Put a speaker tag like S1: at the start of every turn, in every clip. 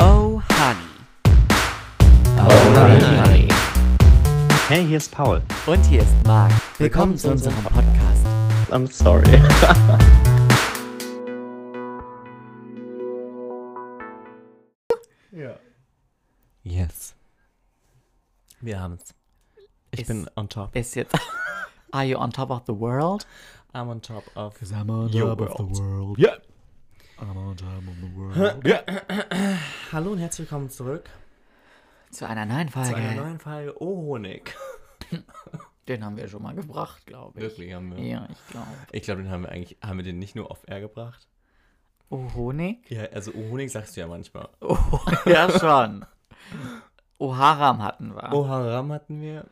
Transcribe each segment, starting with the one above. S1: Oh, Honey.
S2: Alright, honey.
S3: Hey, hier ist Paul.
S1: Und hier ist Marc. Willkommen zu unserem Podcast.
S3: I'm sorry.
S2: Yes. Wir haben's. Ich
S1: Ist-
S2: bin on top.
S1: Bis jetzt. Are you on top of the world?
S2: I'm on top of.
S4: I'm on
S2: Your
S4: top of the world.
S2: Yeah.
S4: I'm on top of the world.
S2: Hallo und herzlich willkommen zurück
S1: Zu einer neuen Folge.
S2: zu einer neuen Folge Oh Honig.
S1: Den haben wir schon mal gebracht, glaube ich.
S2: Wirklich haben wir.
S1: Ja, ich glaube.
S2: Ich glaube, den haben wir eigentlich, haben wir den nicht nur off air gebracht.
S1: Oh, Honig?
S2: Ja, also Oh Honig sagst du ja manchmal.
S1: Oh, ja schon. Oharam hatten wir.
S2: Oh Haram hatten wir.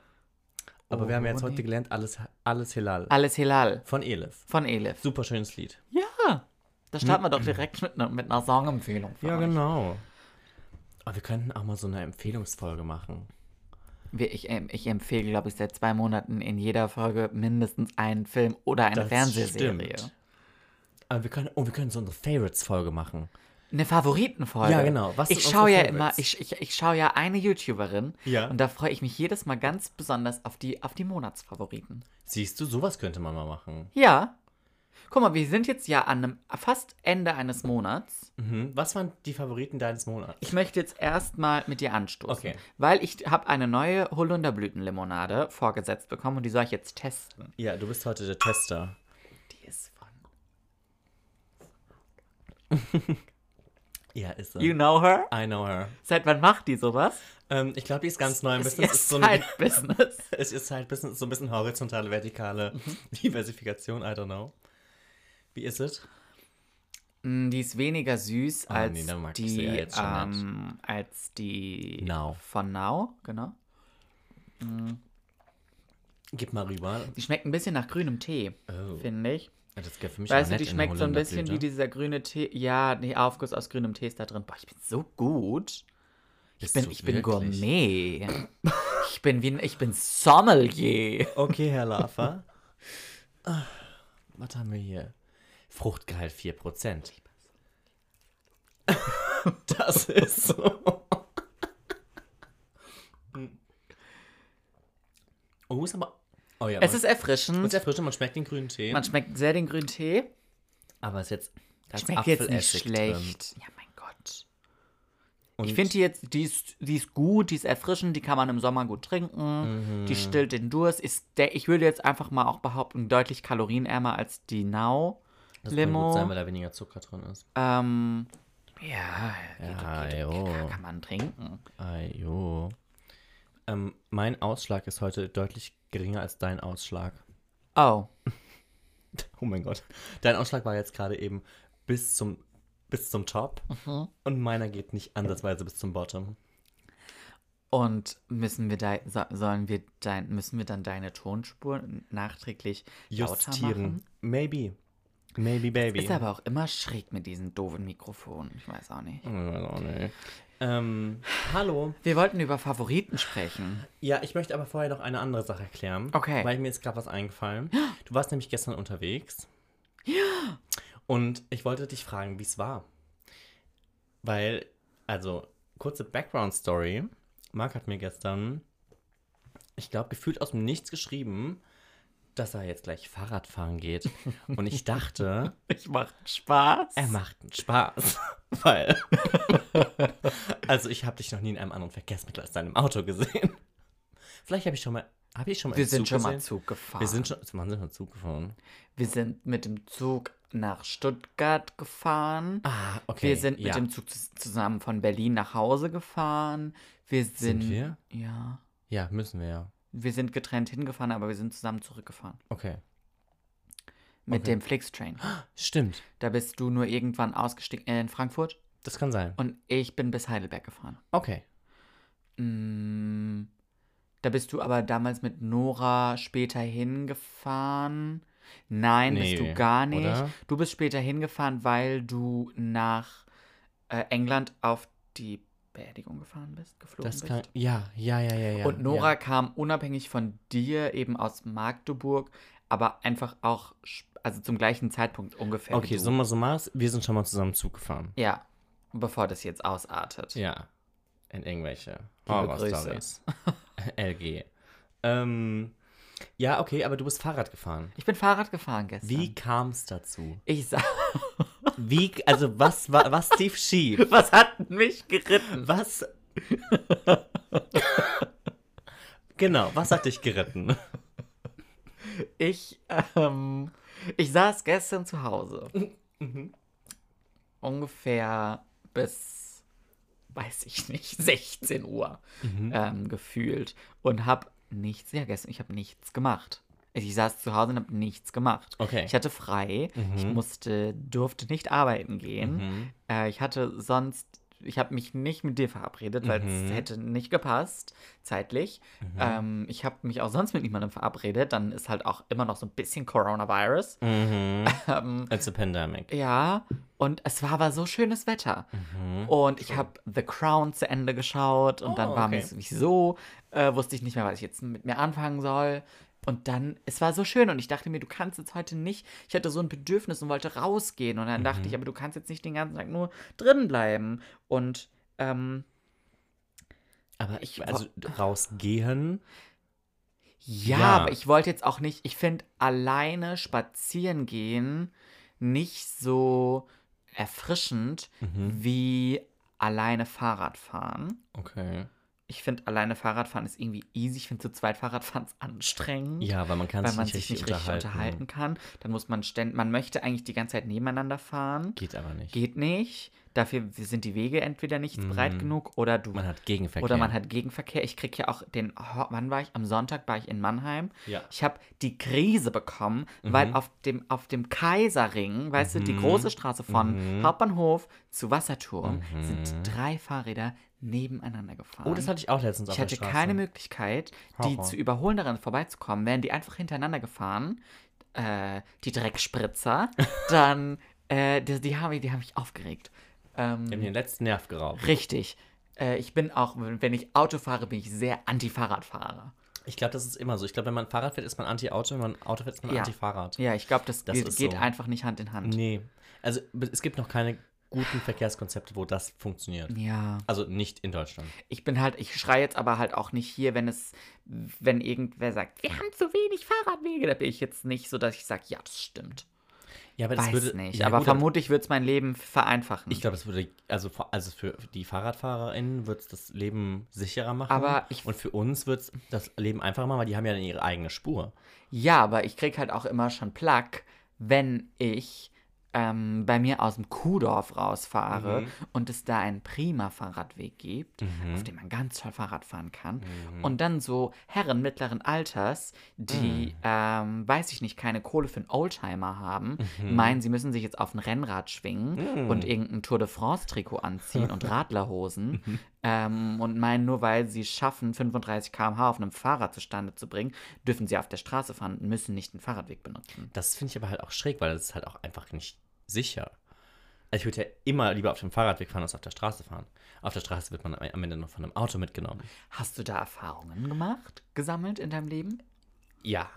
S2: Aber
S1: Oh
S2: wir haben jetzt heute
S1: Honig.
S2: gelernt, alles, alles Hilal.
S4: Ah.
S1: Alles Hilal
S2: Von Elif.
S1: von Elif.
S2: Super schönes Lied.
S1: Ja, da starten wir doch direkt mit, ne- mit einer Songempfehlung. für
S2: Mhm. Ja,
S1: euch.
S2: genau. Aber wir könnten auch mal so eine Empfehlungsfolge machen.
S1: Wir- Ich, ähm, ich empfehle, glaube ich, seit zwei Monaten in jeder Folge mindestens einen Film oder eine Fernsehserie.
S2: stimmt. Aber wir können, oh, wir können so eine Favorites-Folge machen.
S1: Eine Favoritenfolge.
S2: Ja, genau. Was
S1: ich
S2: sind
S1: schaue ja
S2: unsere
S1: immer,
S2: Favorites?
S1: ich, ich, ich schaue ja eine YouTuberin.
S2: Ja.
S1: Und da freue ich mich jedes Mal ganz besonders auf die, auf die Monatsfavoriten.
S2: Siehst du, sowas könnte man mal machen.
S1: Ja. Guck mal, wir sind jetzt ja an einem fast Ende eines Monats.
S2: Mhm. Was waren die Favoriten deines Monats?
S1: Ich möchte jetzt erstmal mit dir anstoßen.
S2: Okay.
S1: Weil ich habe eine neue Holunderblütenlimonade vorgesetzt bekommen und die soll ich jetzt testen.
S2: Ja, du bist heute der Tester.
S1: Die ist von.
S2: Ja, ist er.
S1: You know her?
S2: I know her.
S1: Seit wann macht die sowas?
S2: Ähm, ich glaube, die ist ganz neu. Ein
S1: Ist halt- ihr
S2: bisschen, es ist so ein,
S1: Side-Business.
S2: es ist halt ein bisschen, so ein bisschen horizontale, vertikale
S1: Mhm.
S2: Diversifikation. I don't know. Wie ist es?
S1: Mm, Die ist weniger süß
S2: Ah,
S1: als,
S2: nee, dann mag ich sie
S1: die,
S2: ja jetzt schon nicht.
S1: ähm, als die
S2: Now.
S1: von Now, genau.
S2: Gib mal rüber.
S1: Die schmeckt ein bisschen nach grünem Tee,
S2: Oh.
S1: finde ich.
S2: Das geht für mich
S1: weißt
S2: auch
S1: du, die
S2: nett in
S1: schmeckt so ein bisschen wie
S2: Holunderblüte.
S1: dieser grüne Tee. Ja, nee, Aufguss aus grünem Tee ist da drin. Boah, ich bin so gut. Ich
S2: Bist
S1: bin,
S2: du
S1: ich bin
S2: wirklich?
S1: Gourmet. ich bin wie ein, ich bin Sommelier.
S2: Okay, Herr Laffer. Ah, Was haben wir hier? Fruchtgehalt 4%. Das ist so. Oh, ist aber. Oh ja,
S1: Es
S2: man,
S1: ist erfrischend.
S2: man ist erfrischend, man schmeckt den grünen Tee.
S1: man schmeckt sehr den grünen Tee.
S2: aber es ist jetzt. da ist
S1: Schmeckt jetzt nicht
S2: Apfelessig
S1: schlecht. Ja, mein Gott.
S2: Drin.
S1: Ich finde die jetzt, die ist, die ist gut, die ist erfrischend, die kann man im Sommer gut
S2: Mhm.
S1: trinken, die stillt den Durst. Ist der, ich würde jetzt einfach mal auch behaupten, deutlich kalorienärmer als die Now
S2: das kann gut sein,
S1: Limo.
S2: weil da weniger Zucker drin ist.
S1: Ähm, ja, geht,
S2: Ja,
S1: geht,
S2: jo.
S1: Kann, kann man trinken.
S2: Ajo. Ähm, mein Ausschlag ist heute deutlich geringer als dein Ausschlag.
S1: Oh,
S2: Oh mein Gott. Dein Ausschlag war jetzt gerade eben bis zum, bis zum Top
S1: Mhm.
S2: und meiner geht nicht ansatzweise bis zum Bottom.
S1: und müssen wir da, so, sollen wir dein, müssen wir dann deine Tonspur nachträglich lauter machen?
S2: Justieren. Maybe. Maybe, baby.
S1: Ist aber auch immer schräg mit diesen doofen Mikrofonen. Ich weiß auch nicht.
S2: Ich weiß auch nicht. Ähm, hallo.
S1: Wir wollten über Favoriten sprechen.
S2: Ja, ich möchte aber vorher noch eine andere Sache erklären.
S1: Okay.
S2: Weil mir ist gerade was eingefallen. Du warst nämlich gestern unterwegs. Ja. Und ich wollte dich fragen, wie es war. Weil, also, kurze Background-Story. Marc hat mir gestern, ich glaube, gefühlt aus dem Nichts geschrieben, dass er jetzt gleich Fahrrad fahren geht. Und ich dachte,
S1: Ich mache Spaß.
S2: er macht einen Spaß. Weil. also, ich habe dich noch nie in einem anderen Verkehrsmittel als deinem Auto gesehen. Vielleicht habe ich schon mal. Habe ich schon mal
S1: Wir
S2: im
S1: sind
S2: Zug
S1: schon mal
S2: gesehen?
S1: Zug gefahren.
S2: Wir sind schon. Wann sind wir Zug gefahren?
S1: Wir sind mit dem Zug nach Stuttgart gefahren.
S2: Ah, okay.
S1: wir sind
S2: ja.
S1: mit dem Zug zus- zusammen von Berlin nach Hause gefahren. Wir sind,
S2: Sind wir?
S1: Ja.
S2: Ja, müssen wir ja.
S1: Wir sind getrennt hingefahren, aber wir sind zusammen zurückgefahren.
S2: Okay.
S1: Mit
S2: Okay.
S1: dem Flixtrain.
S2: Stimmt.
S1: Da bist du nur irgendwann ausgestiegen äh, in Frankfurt
S2: Das kann sein.
S1: und ich bin bis Heidelberg gefahren.
S2: Okay.
S1: Mm, Da bist du aber damals mit Nora später hingefahren. Nein, bist du
S2: Nee,
S1: gar nicht.
S2: oder?
S1: Du bist später hingefahren, weil du nach äh, England auf die Beerdigung gefahren bist, geflogen
S2: Das kann.
S1: bist.
S2: Ja, ja, ja, ja, ja.
S1: Und Nora
S2: Ja.
S1: kam unabhängig von dir eben aus Magdeburg, aber einfach auch, sp- also zum gleichen Zeitpunkt ungefähr. wie
S2: Okay,
S1: du.
S2: summa summarum, wir sind schon mal zusammen Zug gefahren.
S1: Ja, bevor das jetzt ausartet.
S2: Ja. in irgendwelche
S1: Liebe
S2: Horror-Stories. LG. Ähm, ja, okay, aber du bist Fahrrad gefahren.
S1: Ich bin Fahrrad gefahren gestern.
S2: Wie kam es dazu?
S1: Ich sag,
S2: Wie, also was war, was lief schief?
S1: was hat mich geritten?
S2: Was? genau, was hat dich geritten?
S1: Ich, ähm, ich saß gestern zu Hause. Ungefähr bis, weiß ich nicht, 16 Uhr ähm, gefühlt und habe nichts, ja gestern, ich habe nichts gemacht. Also Ich saß zu Hause und habe nichts gemacht.
S2: Okay.
S1: Ich hatte frei, ich musste, durfte nicht arbeiten gehen. Äh, ich hatte sonst, ich habe mich nicht mit dir verabredet, weil es hätte nicht gepasst, zeitlich. Ähm, ich habe mich auch sonst mit niemandem verabredet, dann ist halt auch immer noch so ein bisschen Coronavirus.
S2: Mhm.
S1: Ähm,
S2: It's a pandemic.
S1: ja, und es war aber so schönes Wetter.
S2: Mhm.
S1: und ich habe The Crown zu Ende geschaut und
S2: Hm, Oh,
S1: dann war mir
S2: okay.
S1: so- mich so, äh, wusste ich nicht mehr, was ich jetzt mit mir anfangen soll. Und dann, es war so schön und ich dachte mir, du kannst jetzt heute nicht, ich hatte so ein Bedürfnis und wollte rausgehen. Und dann
S2: Mhm.
S1: dachte ich, aber du kannst jetzt nicht den ganzen Tag nur drin bleiben. Und ähm,
S2: Aber
S1: Ich
S2: ich, also rausgehen.
S1: ja,
S2: Ja.
S1: aber ich wollte jetzt auch nicht, ich finde alleine spazieren gehen nicht so erfrischend
S2: Mhm. Hm?
S1: wie alleine Fahrrad fahren.
S2: Okay.
S1: Ich finde alleine Fahrradfahren ist irgendwie easy. Ich finde zu zweit Fahrradfahren ist anstrengend.
S2: Ja, weil man kann
S1: weil
S2: sich
S1: man
S2: nicht
S1: sich
S2: richtig
S1: nicht richtig
S2: unterhalten.
S1: unterhalten. kann. Dann muss man ständig, man möchte eigentlich die ganze Zeit nebeneinander fahren.
S2: Geht aber nicht.
S1: Geht nicht. Dafür sind die Wege entweder nicht breit genug oder du
S2: Mhm. Man hat Gegenverkehr.
S1: oder man hat Gegenverkehr. Ich kriege ja auch den, Ho- wann war ich? Am Sonntag war ich in Mannheim.
S2: Ja. Mhm.
S1: Ich habe die Krise bekommen, weil auf dem, auf dem Kaiserring, weißt du, die große Straße von
S2: Mhm.
S1: Hauptbahnhof zu Wasserturm, sind drei Fahrräder nebeneinander gefahren.
S2: Oh, das hatte ich auch letztens auf
S1: Ich hatte
S2: der Straße.
S1: keine Möglichkeit, die
S2: Horror.
S1: zu überholen, daran vorbeizukommen. Wären die einfach hintereinander gefahren, äh, die Dreckspritzer, dann, äh, die, die, haben, die haben mich aufgeregt. Ähm,
S2: Die haben den letzten Nerv geraubt.
S1: Richtig. Äh, ich bin auch, wenn ich Auto fahre, bin ich sehr Anti-Fahrradfahrer.
S2: Ich glaube, das ist immer so. Ich glaube, wenn man Fahrrad fährt, ist man Anti-Auto. Wenn man Auto fährt, ist man
S1: Ja.
S2: Anti-Fahrrad.
S1: Ja, ich glaube, das,
S2: Das
S1: geht,
S2: ist
S1: geht
S2: so.
S1: einfach nicht Hand in Hand.
S2: Nee. Also b- es gibt noch keine guten Verkehrskonzepte, wo das funktioniert.
S1: Ja,
S2: Also nicht in Deutschland.
S1: ich bin halt, ich schreie jetzt aber halt auch nicht hier, wenn es, wenn irgendwer sagt, wir haben zu wenig Fahrradwege, da bin ich jetzt nicht so, dass ich sage, ja, das stimmt.
S2: Ja, aber
S1: Weiß nicht,
S2: Ja,
S1: aber
S2: gut,
S1: vermutlich wird es mein Leben vereinfachen.
S2: Ich glaube, es würde, also, vor- also für die FahrradfahrerInnen wird es das Leben sicherer machen.
S1: Aber ich-
S2: und für uns wird es das Leben einfacher machen, weil die haben ja dann ihre eigene Spur.
S1: ja, aber ich krieg halt auch immer schon Plack, wenn ich ähm, bei mir aus dem Kuhdorf rausfahre und es da einen prima Fahrradweg gibt, auf dem man ganz toll Fahrrad fahren kann. Und dann so Herren mittleren Alters, die, ähm, weiß ich nicht, keine Kohle für einen Oldtimer haben, meinen, sie müssen sich jetzt auf ein Rennrad schwingen und irgendein Tour de France-Trikot anziehen und Radlerhosen ähm, und meinen, nur weil sie es schaffen, 35 km/h auf einem Fahrrad zustande zu bringen, dürfen sie auf der Straße fahren und müssen nicht den Fahrradweg benutzen.
S2: Das finde ich aber halt auch schräg, weil das ist halt auch einfach nicht sicher. Also ich würde ja immer lieber auf dem Fahrradweg fahren als auf der Straße fahren. Auf der Straße wird man am Ende noch von einem Auto mitgenommen.
S1: Hast du da Erfahrungen gemacht, gesammelt in deinem Leben?
S2: Ja.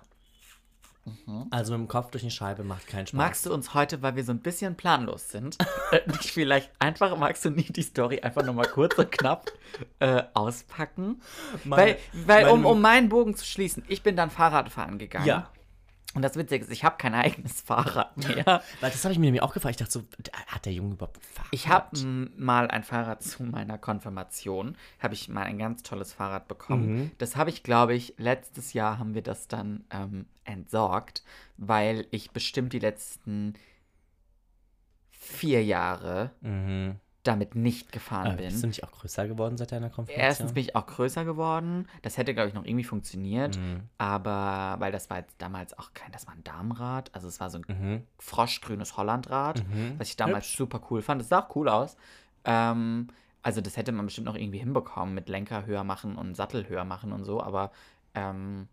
S2: Also mit dem Kopf durch eine Scheibe macht keinen Spaß.
S1: Magst du uns heute, weil wir so ein bisschen planlos sind, äh, nicht vielleicht einfach, magst du nicht die Story einfach nochmal kurz und knapp äh, auspacken?
S2: Meine-
S1: weil, weil um,
S2: meine-
S1: um meinen Bogen zu schließen, ich bin dann Fahrradfahren gegangen.
S2: Ja.
S1: Und das Witzige ist, ich habe kein eigenes Fahrrad mehr.
S2: Weil das habe ich mir nämlich auch gefragt. Ich dachte so, hat der Junge überhaupt ein Fahrrad?
S1: Ich habe mal ein Fahrrad zu meiner Konfirmation, habe ich mal ein ganz tolles Fahrrad bekommen. Das habe ich, glaube ich, letztes Jahr haben wir das dann ähm, entsorgt, weil ich bestimmt die letzten vier Jahre
S2: Mhm.
S1: damit nicht gefahren
S2: Aber Bist du
S1: bin.
S2: nicht auch größer geworden seit deiner Konferenz?
S1: Erstens bin ich auch größer geworden. Das hätte, glaube ich, noch irgendwie funktioniert.
S2: Mhm.
S1: Aber, weil das war jetzt damals auch kein, das war ein Darmrad. Also es war so ein
S2: Mhm.
S1: froschgrünes Hollandrad,
S2: Mhm.
S1: was ich damals super cool fand. Das sah auch cool aus. Ähm, also das hätte man bestimmt noch irgendwie hinbekommen mit Lenker höher machen und Sattel höher machen und so, aber ähm,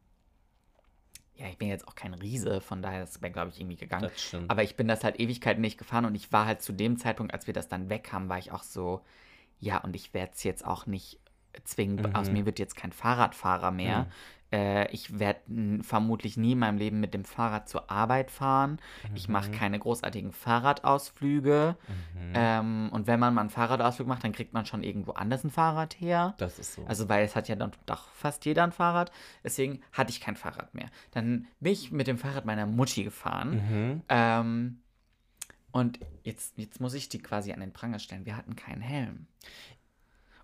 S1: ja, ich bin jetzt auch kein Riese, von daher ist es mir, glaube ich, irgendwie gegangen.
S2: Das stimmt.
S1: Aber ich bin das halt Ewigkeiten nicht gefahren und ich war halt zu dem Zeitpunkt, als wir das dann weg haben, war ich auch so, ja, und ich werde es jetzt auch nicht zwingend. Aus mir wird jetzt kein Fahrradfahrer mehr. Äh, ich werde vermutlich nie in meinem Leben mit dem Fahrrad zur Arbeit fahren. Ich mache keine großartigen Fahrradausflüge. Ähm, und wenn man mal einen Fahrradausflug macht, dann kriegt man schon irgendwo anders ein Fahrrad her.
S2: Das ist so.
S1: Also, weil es hat ja dann doch fast jeder ein Fahrrad. Deswegen hatte ich kein Fahrrad mehr. Dann bin ich mit dem Fahrrad meiner Mutti gefahren.
S2: mhm.
S1: Ähm, und jetzt, jetzt muss ich die quasi an den Pranger stellen. Wir hatten keinen Helm.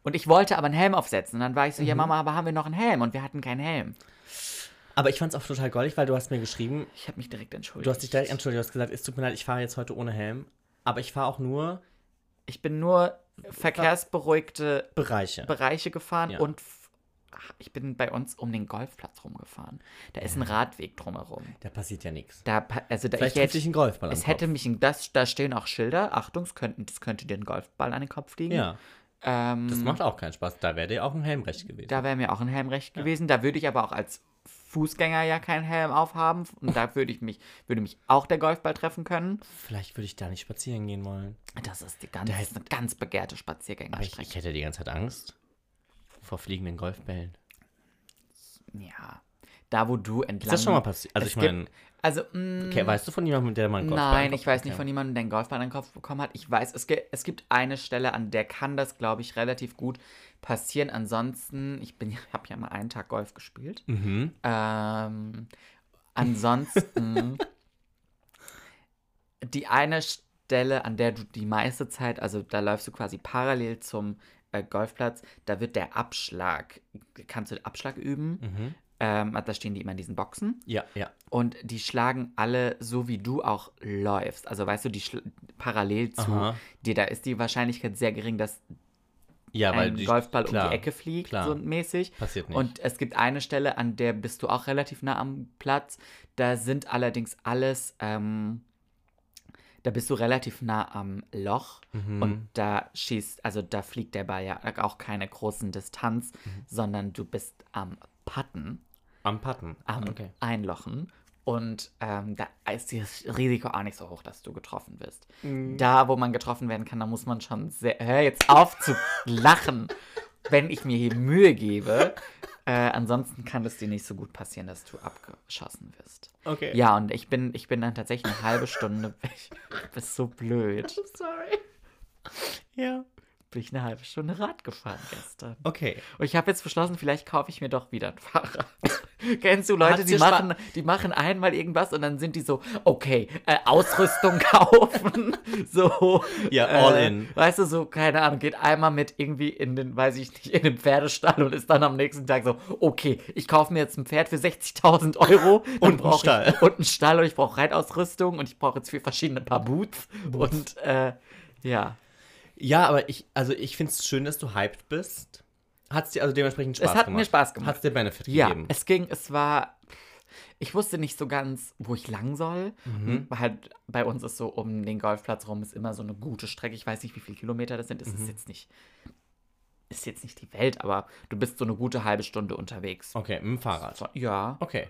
S1: Und ich wollte aber einen Helm aufsetzen. Und dann war ich so, ja
S2: Mhm.
S1: Mama, aber haben wir noch einen Helm? Und wir hatten keinen Helm.
S2: Aber ich fand es auch total goldig, weil du hast mir geschrieben,
S1: Ich habe mich direkt entschuldigt.
S2: du hast dich direkt entschuldigt, du hast gesagt, es tut mir leid, ich fahre jetzt heute ohne Helm. Aber ich fahre auch nur
S1: ich bin nur verkehrsberuhigte
S2: Bereiche.
S1: Bereiche gefahren
S2: Ja.
S1: und f- ach, ich bin bei uns um den Golfplatz rumgefahren. Da ist ein Radweg drumherum.
S2: da passiert ja nichts.
S1: Da, pa- also da ich
S2: Vielleicht
S1: jetzt,
S2: trifft dich ein Golfball am
S1: es hätte
S2: Kopf.
S1: mich ein, das, da stehen auch Schilder. Achtung, es könnten, das könnte dir ein Golfball an den Kopf fliegen.
S2: Ja,
S1: Ähm,
S2: das macht auch keinen Spaß. Da wäre dir auch ein Helm recht gewesen.
S1: Da wäre mir auch ein Helm recht gewesen. Da würde ich aber auch als Fußgänger ja keinen Helm aufhaben. Und da würde ich mich, würde mich auch der Golfball treffen können.
S2: Vielleicht würde ich da nicht spazieren gehen wollen.
S1: Das ist die ganz, eine ganz begehrte
S2: Aber ich, ich
S1: Spaziergängerstrecke.
S2: hätte die ganze Zeit Angst vor fliegenden Golfbällen.
S1: Ja. Da, wo du entlang.
S2: schon mal passi- also
S1: Es
S2: ich mein-
S1: gibt- Also, mh,
S2: Okay, weißt du von jemandem, der mal einen Golfball
S1: Nein,
S2: im Kopf
S1: ich weiß
S2: bekam?
S1: nicht von jemandem, der einen Golfball an den Kopf bekommen hat. Ich weiß, es, ge- es gibt eine Stelle, an der kann das, glaube ich, relativ gut passieren. Ansonsten, ich bin, habe ja mal einen Tag Golf gespielt.
S2: Mhm.
S1: Ähm, ansonsten, die eine Stelle, an der du die meiste Zeit, also da läufst du quasi parallel zum äh, Golfplatz, da wird der Abschlag, kannst du Abschlag üben. Ähm, da stehen die immer in diesen Boxen.
S2: Ja, ja.
S1: Und die schlagen alle so, wie du auch läufst. Also weißt du, die schl- parallel zu
S2: Aha.
S1: dir. Da ist die Wahrscheinlichkeit sehr gering, dass
S2: Ja, weil
S1: ein
S2: die-
S1: Golfball um
S2: klar,
S1: die Ecke fliegt,
S2: klar.
S1: so mäßig.
S2: Passiert nicht.
S1: Und es gibt eine Stelle, an der bist du auch relativ nah am Platz. Da sind allerdings alles, ähm, da bist du relativ nah am Loch
S2: Mhm.
S1: und da schießt, also da fliegt der Ball ja auch keine großen Distanz,
S2: Mhm.
S1: sondern du bist am Patten
S2: Am Patten.
S1: am
S2: okay.
S1: Einlochen. Und ähm, da ist das Risiko auch nicht so hoch, dass du getroffen wirst.
S2: Mhm.
S1: Da, wo man getroffen werden kann, da muss man schon sehr. Hör jetzt auf zu lachen, wenn ich mir hier Mühe gebe. Äh, ansonsten kann es dir nicht so gut passieren, dass du abgeschossen wirst.
S2: Okay.
S1: Ja, und ich bin, ich bin dann tatsächlich eine halbe Stunde. Ich, du bist so blöd.
S2: Ja.
S1: Bin ich eine halbe Stunde Rad gefahren gestern.
S2: Okay.
S1: Und ich habe jetzt beschlossen, vielleicht kaufe ich mir doch wieder ein Fahrrad. Kennst du Leute,
S2: Hat's
S1: die
S2: dir Spaß-
S1: machen, die machen einmal irgendwas und dann sind die so, okay, äh, Ausrüstung kaufen. so.
S2: Ja,
S1: äh,
S2: all in.
S1: Weißt du, so, keine Ahnung, geht einmal mit irgendwie in den, weiß ich nicht, in den Pferdestall und ist dann am nächsten Tag so, okay, ich kaufe mir jetzt ein Pferd für 60.000 Euro. dann
S2: Und einen
S1: brauch ich-
S2: Stall.
S1: Und einen Stall und ich brauche Reitausrüstung und ich brauche jetzt vier verschiedene Paar Boots. Und, äh, ja.
S2: Ja, aber ich, also ich finde es schön, dass du hyped bist. Hat es dir also dementsprechend Spaß
S1: Es hat mir
S2: gemacht?
S1: Spaß gemacht.
S2: Hat es dir Benefit
S1: Ja,
S2: gegeben?
S1: es ging, es war. Ich wusste nicht so ganz, wo ich lang soll. Und Halt bei uns ist so um den Golfplatz rum ist immer so eine gute Strecke. Ich weiß nicht, wie viele Kilometer das sind. Es ist jetzt nicht, ist jetzt nicht die Welt, aber du bist so eine gute halbe Stunde unterwegs.
S2: Okay, mit dem Fahrrad.
S1: So, ja,
S2: Okay.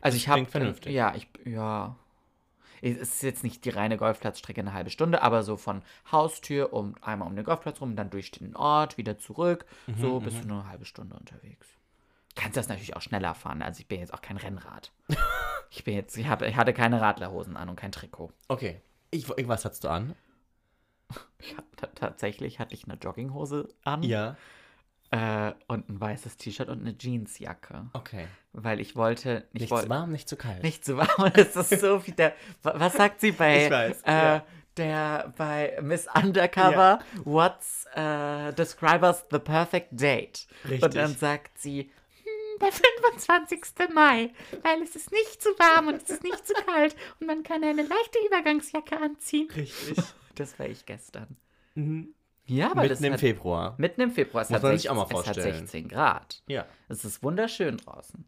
S1: also ich habe
S2: klingt vernünftig.
S1: Ja, ich ja. Es ist jetzt nicht die reine Golfplatzstrecke eine halbe Stunde, aber so von Haustür um einmal um den Golfplatz rum, dann durch den Ort, wieder zurück.
S2: Mhm,
S1: so bist du nur eine halbe Stunde unterwegs. Kannst das natürlich auch schneller fahren. Also ich bin jetzt auch kein Rennrad. ich bin jetzt, ich, hab, ich hatte keine Radlerhosen an und kein Trikot.
S2: Okay. Ich, was hattest du an?
S1: Ich hab, ta- tatsächlich hatte ich eine Jogginghose an
S2: Ja.
S1: äh, und ein weißes T-Shirt und eine Jeansjacke.
S2: Okay.
S1: Weil ich wollte. Ich
S2: Nicht
S1: wollte,
S2: zu warm, nicht zu kalt.
S1: nicht zu warm. Das ist so wie der. wa- Was sagt sie bei.
S2: Ich weiß,
S1: Äh,
S2: ja.
S1: Der bei Miss Undercover, what's äh, describes the perfect date?
S2: Richtig.
S1: Und dann sagt sie, "Hm, der 25. Mai, weil es ist nicht zu warm und es ist nicht zu kalt und man kann eine leichte Übergangsjacke anziehen.
S2: richtig.
S1: Das war ich gestern. Ja, aber das
S2: Mhm. Mitten im
S1: hat,
S2: Februar.
S1: mitten im Februar. Es
S2: Muss
S1: hat,
S2: man sich
S1: 16,
S2: auch mal
S1: es hat
S2: vorstellen.
S1: 16 Grad.
S2: Ja.
S1: Es ist wunderschön draußen.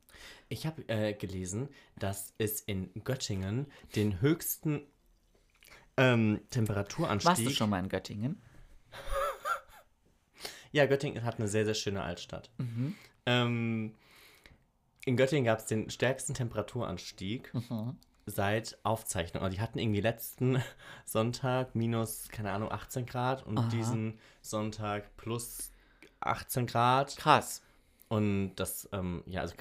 S2: Ich habe äh, gelesen, dass es in Göttingen den höchsten ähm, Temperaturanstieg.
S1: Warst du schon mal in Göttingen?
S2: Ja, Göttingen hat eine sehr, sehr schöne Altstadt.
S1: Mhm.
S2: Ähm, in Göttingen gab es den stärksten Temperaturanstieg
S1: Mhm.
S2: seit Aufzeichnung. Also die hatten irgendwie letzten Sonntag minus, keine Ahnung, 18 Grad und diesen Sonntag plus 18 Grad.
S1: Krass.
S2: Und das, ähm, ja, also,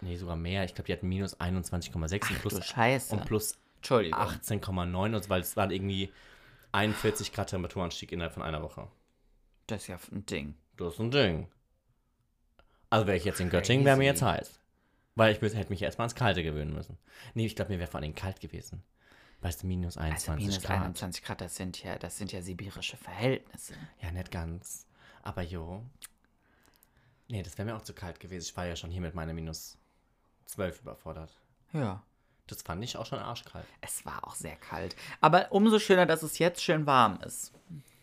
S2: nee, sogar mehr. Ich glaube, die hatten minus 21,6 und
S1: Ach du
S2: plus,
S1: Scheiße.
S2: und plus
S1: Entschuldigung.
S2: 18,9, also, weil es waren irgendwie 41 Grad Temperaturanstieg innerhalb von einer Woche.
S1: Das ist ja ein Ding.
S2: Das ist ein Ding. Also wäre ich jetzt in Göttingen, wäre mir jetzt
S1: Crazy.
S2: heiß. Weil ich müß- hätte mich erstmal ans Kalte gewöhnen müssen. Nee, ich glaube, mir wäre vor allem kalt gewesen. Weißt du, minus 21
S1: Also minus
S2: Grad.
S1: 21 Grad, das sind ja, das sind ja sibirische Verhältnisse.
S2: Ja, nicht ganz. Aber jo. Nee, das wäre mir auch zu kalt gewesen. Ich war ja schon hier mit meiner minus 12 überfordert.
S1: Ja.
S2: Das fand ich auch schon arschkalt.
S1: Es war auch sehr kalt. Aber umso schöner, dass es jetzt schön warm ist.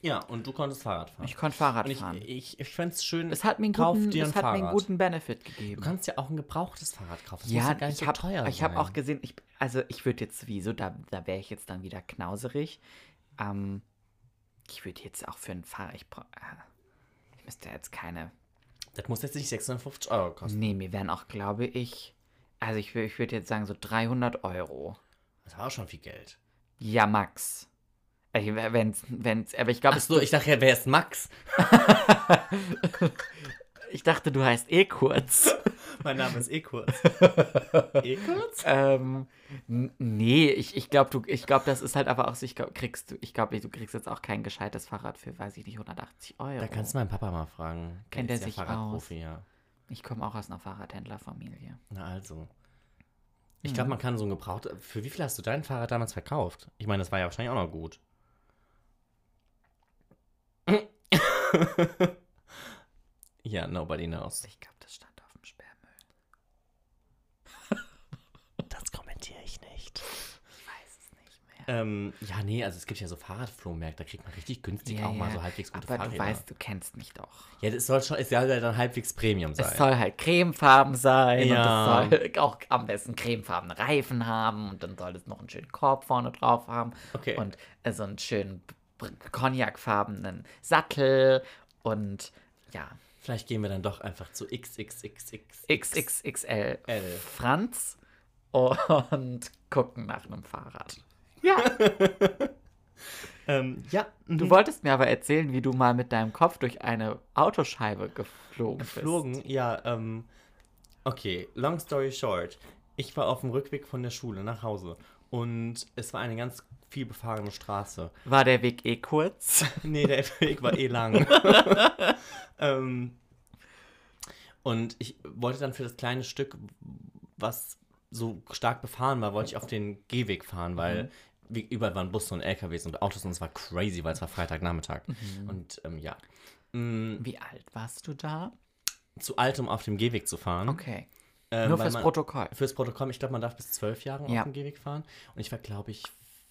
S2: Ja, und du konntest Fahrrad fahren.
S1: Ich konnte Fahrrad
S2: und ich,
S1: fahren.
S2: ich, ich fände es schön,
S1: es hat mir einen
S2: kauf
S1: guten,
S2: dir ein
S1: es hat mir einen
S2: Fahrrad.
S1: guten Benefit
S2: Du
S1: gegeben.
S2: kannst ja auch ein gebrauchtes Fahrrad kaufen. Das muss
S1: ja,
S2: gar nicht
S1: ich habe
S2: so teuer
S1: ich hab
S2: sein.
S1: auch gesehen, ich, also ich würde jetzt sowieso, da, da wäre ich jetzt dann wieder knauserig. Ähm, ich würde jetzt auch für ein Fahrrad, ich, bra- äh, ich müsste jetzt keine,
S2: Das muss jetzt nicht 650 Euro kosten.
S1: nee, mir wären auch, glaube ich, also ich, wür- ich würde jetzt sagen so 300 Euro.
S2: Das war auch schon viel Geld.
S1: Ja, Max. Also, wenn's, wenn's, aber ich glaube,
S2: Achso, ich dachte, wer ist Max?
S1: ich dachte, du heißt eh kurz.
S2: Mein Name ist eh kurz. eh kurz?
S1: Ähm, n- nee, ich, ich glaube, du, ich glaube, das ist halt aber auch so, ich glaube, kriegst du, ich glaube, du kriegst jetzt auch kein gescheites Fahrrad für, weiß ich nicht, 180 Euro.
S2: Da kannst du meinen Papa mal fragen.
S1: Kennt er
S2: Der ist ja
S1: sich
S2: Fahrradprofi, ja.
S1: ich komme auch aus einer Fahrradhändlerfamilie.
S2: Na also. Ich
S1: Hm.
S2: glaube, man kann so ein gebraucht. Für wie viel hast du dein Fahrrad damals verkauft? Ich meine, das war ja wahrscheinlich auch noch gut. ja, nobody knows.
S1: Ich glaube, das stand auf dem Sperrmüll.
S2: Das kommentiere ich nicht.
S1: Ich weiß es nicht mehr.
S2: Ähm, ja, nee, also es gibt ja so Fahrradflohmärkte, da kriegt man richtig günstig auch mal so halbwegs gute
S1: Aber
S2: Fahrräder.
S1: du weißt, du kennst mich doch.
S2: ja, das soll schon, es soll ja dann halbwegs Premium sein.
S1: Es soll halt cremefarben sein
S2: Ja.
S1: und es soll auch am besten cremefarbene Reifen haben und dann soll es noch einen schönen Korb vorne drauf haben
S2: Okay.
S1: und äh, so einen schönen br- cognacfarbenen Sattel und ja,
S2: Vielleicht gehen wir dann doch einfach zu XXXX.
S1: XXXL
S2: L.
S1: Franz und gucken nach einem Fahrrad. Ja,
S2: Ähm, ja,
S1: du wolltest mir aber erzählen, wie du mal mit deinem Kopf durch eine Autoscheibe geflogen, bist.
S2: geflogen. Ja, ähm, okay, long story short. Ich war auf dem Rückweg von der Schule nach Hause und es war eine ganz viel befahrene Straße.
S1: War der Weg eh kurz?
S2: Nee, der Weg war eh lang. ähm, und ich wollte dann für das kleine Stück, was so stark befahren war, wollte ich auf den Gehweg fahren,
S1: Mhm.
S2: weil wie, überall waren Busse und LKWs und Autos und es war crazy, weil es war Freitagnachmittag.
S1: Mhm.
S2: Und ähm, ja. Mm,
S1: Wie alt warst du da?
S2: zu alt, um auf dem Gehweg zu fahren.
S1: Okay.
S2: Ähm,
S1: Nur
S2: weil
S1: fürs
S2: man,
S1: Protokoll.
S2: Fürs Protokoll, ich glaube, man darf bis zwölf Jahre
S1: Ja.
S2: auf dem Gehweg fahren. Und ich war, glaube ich,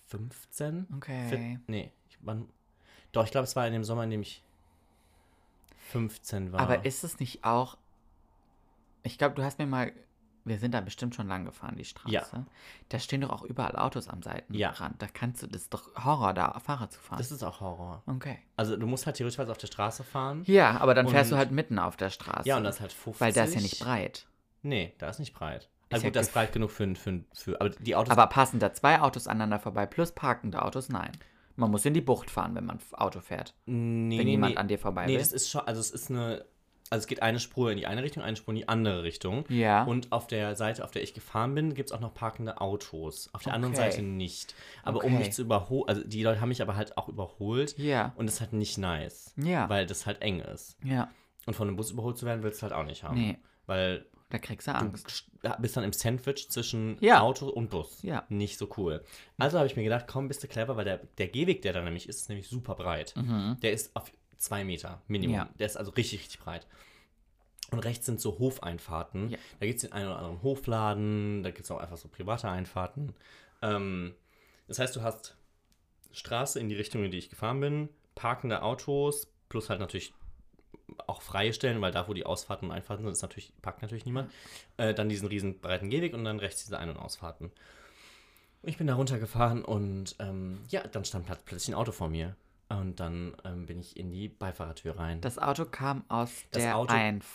S2: 15.
S1: Okay.
S2: Fit- nee, ich, wann, doch, ich glaube, es war in dem Sommer, in dem ich 15 war.
S1: Aber ist es nicht auch. Ich glaube, du hast mir mal. Wir sind da bestimmt schon lang gefahren, die Straße.
S2: Ja.
S1: Da stehen doch auch überall Autos am Seitenrand.
S2: Ja.
S1: Da kannst du. Das ist doch Horror, da Fahrrad zu fahren.
S2: das ist auch Horror.
S1: okay.
S2: Also, du musst halt theoretisch auf der Straße fahren.
S1: Ja, aber dann fährst
S2: Und-
S1: du halt mitten auf der Straße.
S2: Ja, und das ist halt 50.
S1: Weil da ist ja nicht breit.
S2: Nee, da ist nicht breit. Also
S1: ja
S2: gut, das
S1: gef-
S2: ist breit genug für, ein- für, ein- für aber die Autos
S1: Aber passen da zwei Autos aneinander vorbei plus parkende Autos? Nein. Man muss in die Bucht fahren, wenn man f- Auto fährt.
S2: nee,
S1: wenn jemand an dir vorbei
S2: Nee,
S1: will.
S2: das ist schon, also es ist eine, also es geht eine Spur in die eine Richtung, eine Spur in die andere Richtung.
S1: Ja.
S2: Und auf der Seite, auf der ich gefahren bin, gibt es auch noch parkende Autos. Auf der anderen
S1: Okay.
S2: Seite nicht. Aber um
S1: Okay.
S2: mich zu überholen, also die Leute haben mich aber halt auch überholt.
S1: Ja.
S2: Und das ist halt nicht nice.
S1: Ja.
S2: Weil das halt eng ist.
S1: Ja.
S2: Und von einem Bus überholt zu werden, willst du halt auch nicht haben.
S1: Nee.
S2: Weil
S1: Da kriegst du
S2: du
S1: Angst.
S2: bist dann im Sandwich zwischen
S1: Ja.
S2: Auto und Bus.
S1: Ja.
S2: Nicht so cool. Also habe ich mir gedacht, komm, bist du clever, weil der, der Gehweg, der da nämlich ist, ist nämlich super breit. Der ist auf zwei Meter Minimum.
S1: Mhm. Ja.
S2: Der ist also richtig, richtig breit. Und rechts sind so Hofeinfahrten.
S1: Ja.
S2: Da gibt es den einen oder anderen Hofladen, da gibt es auch einfach so private Einfahrten. Ähm, das heißt, du hast Straße in die Richtung, in die ich gefahren bin, parkende Autos, plus halt natürlich auch freie Stellen, weil da, wo die Ausfahrten und Einfahrten sind, ist natürlich, parkt natürlich niemand. Äh, dann diesen riesen breiten Gehweg und dann rechts diese Ein- und Ausfahrten. Ich bin da runtergefahren und ähm, ja, dann stand plat- plötzlich ein Auto vor mir. Und dann ähm, bin ich in die Beifahrertür rein.
S1: Das Auto kam aus
S2: Das
S1: der
S2: Auto-
S1: Einf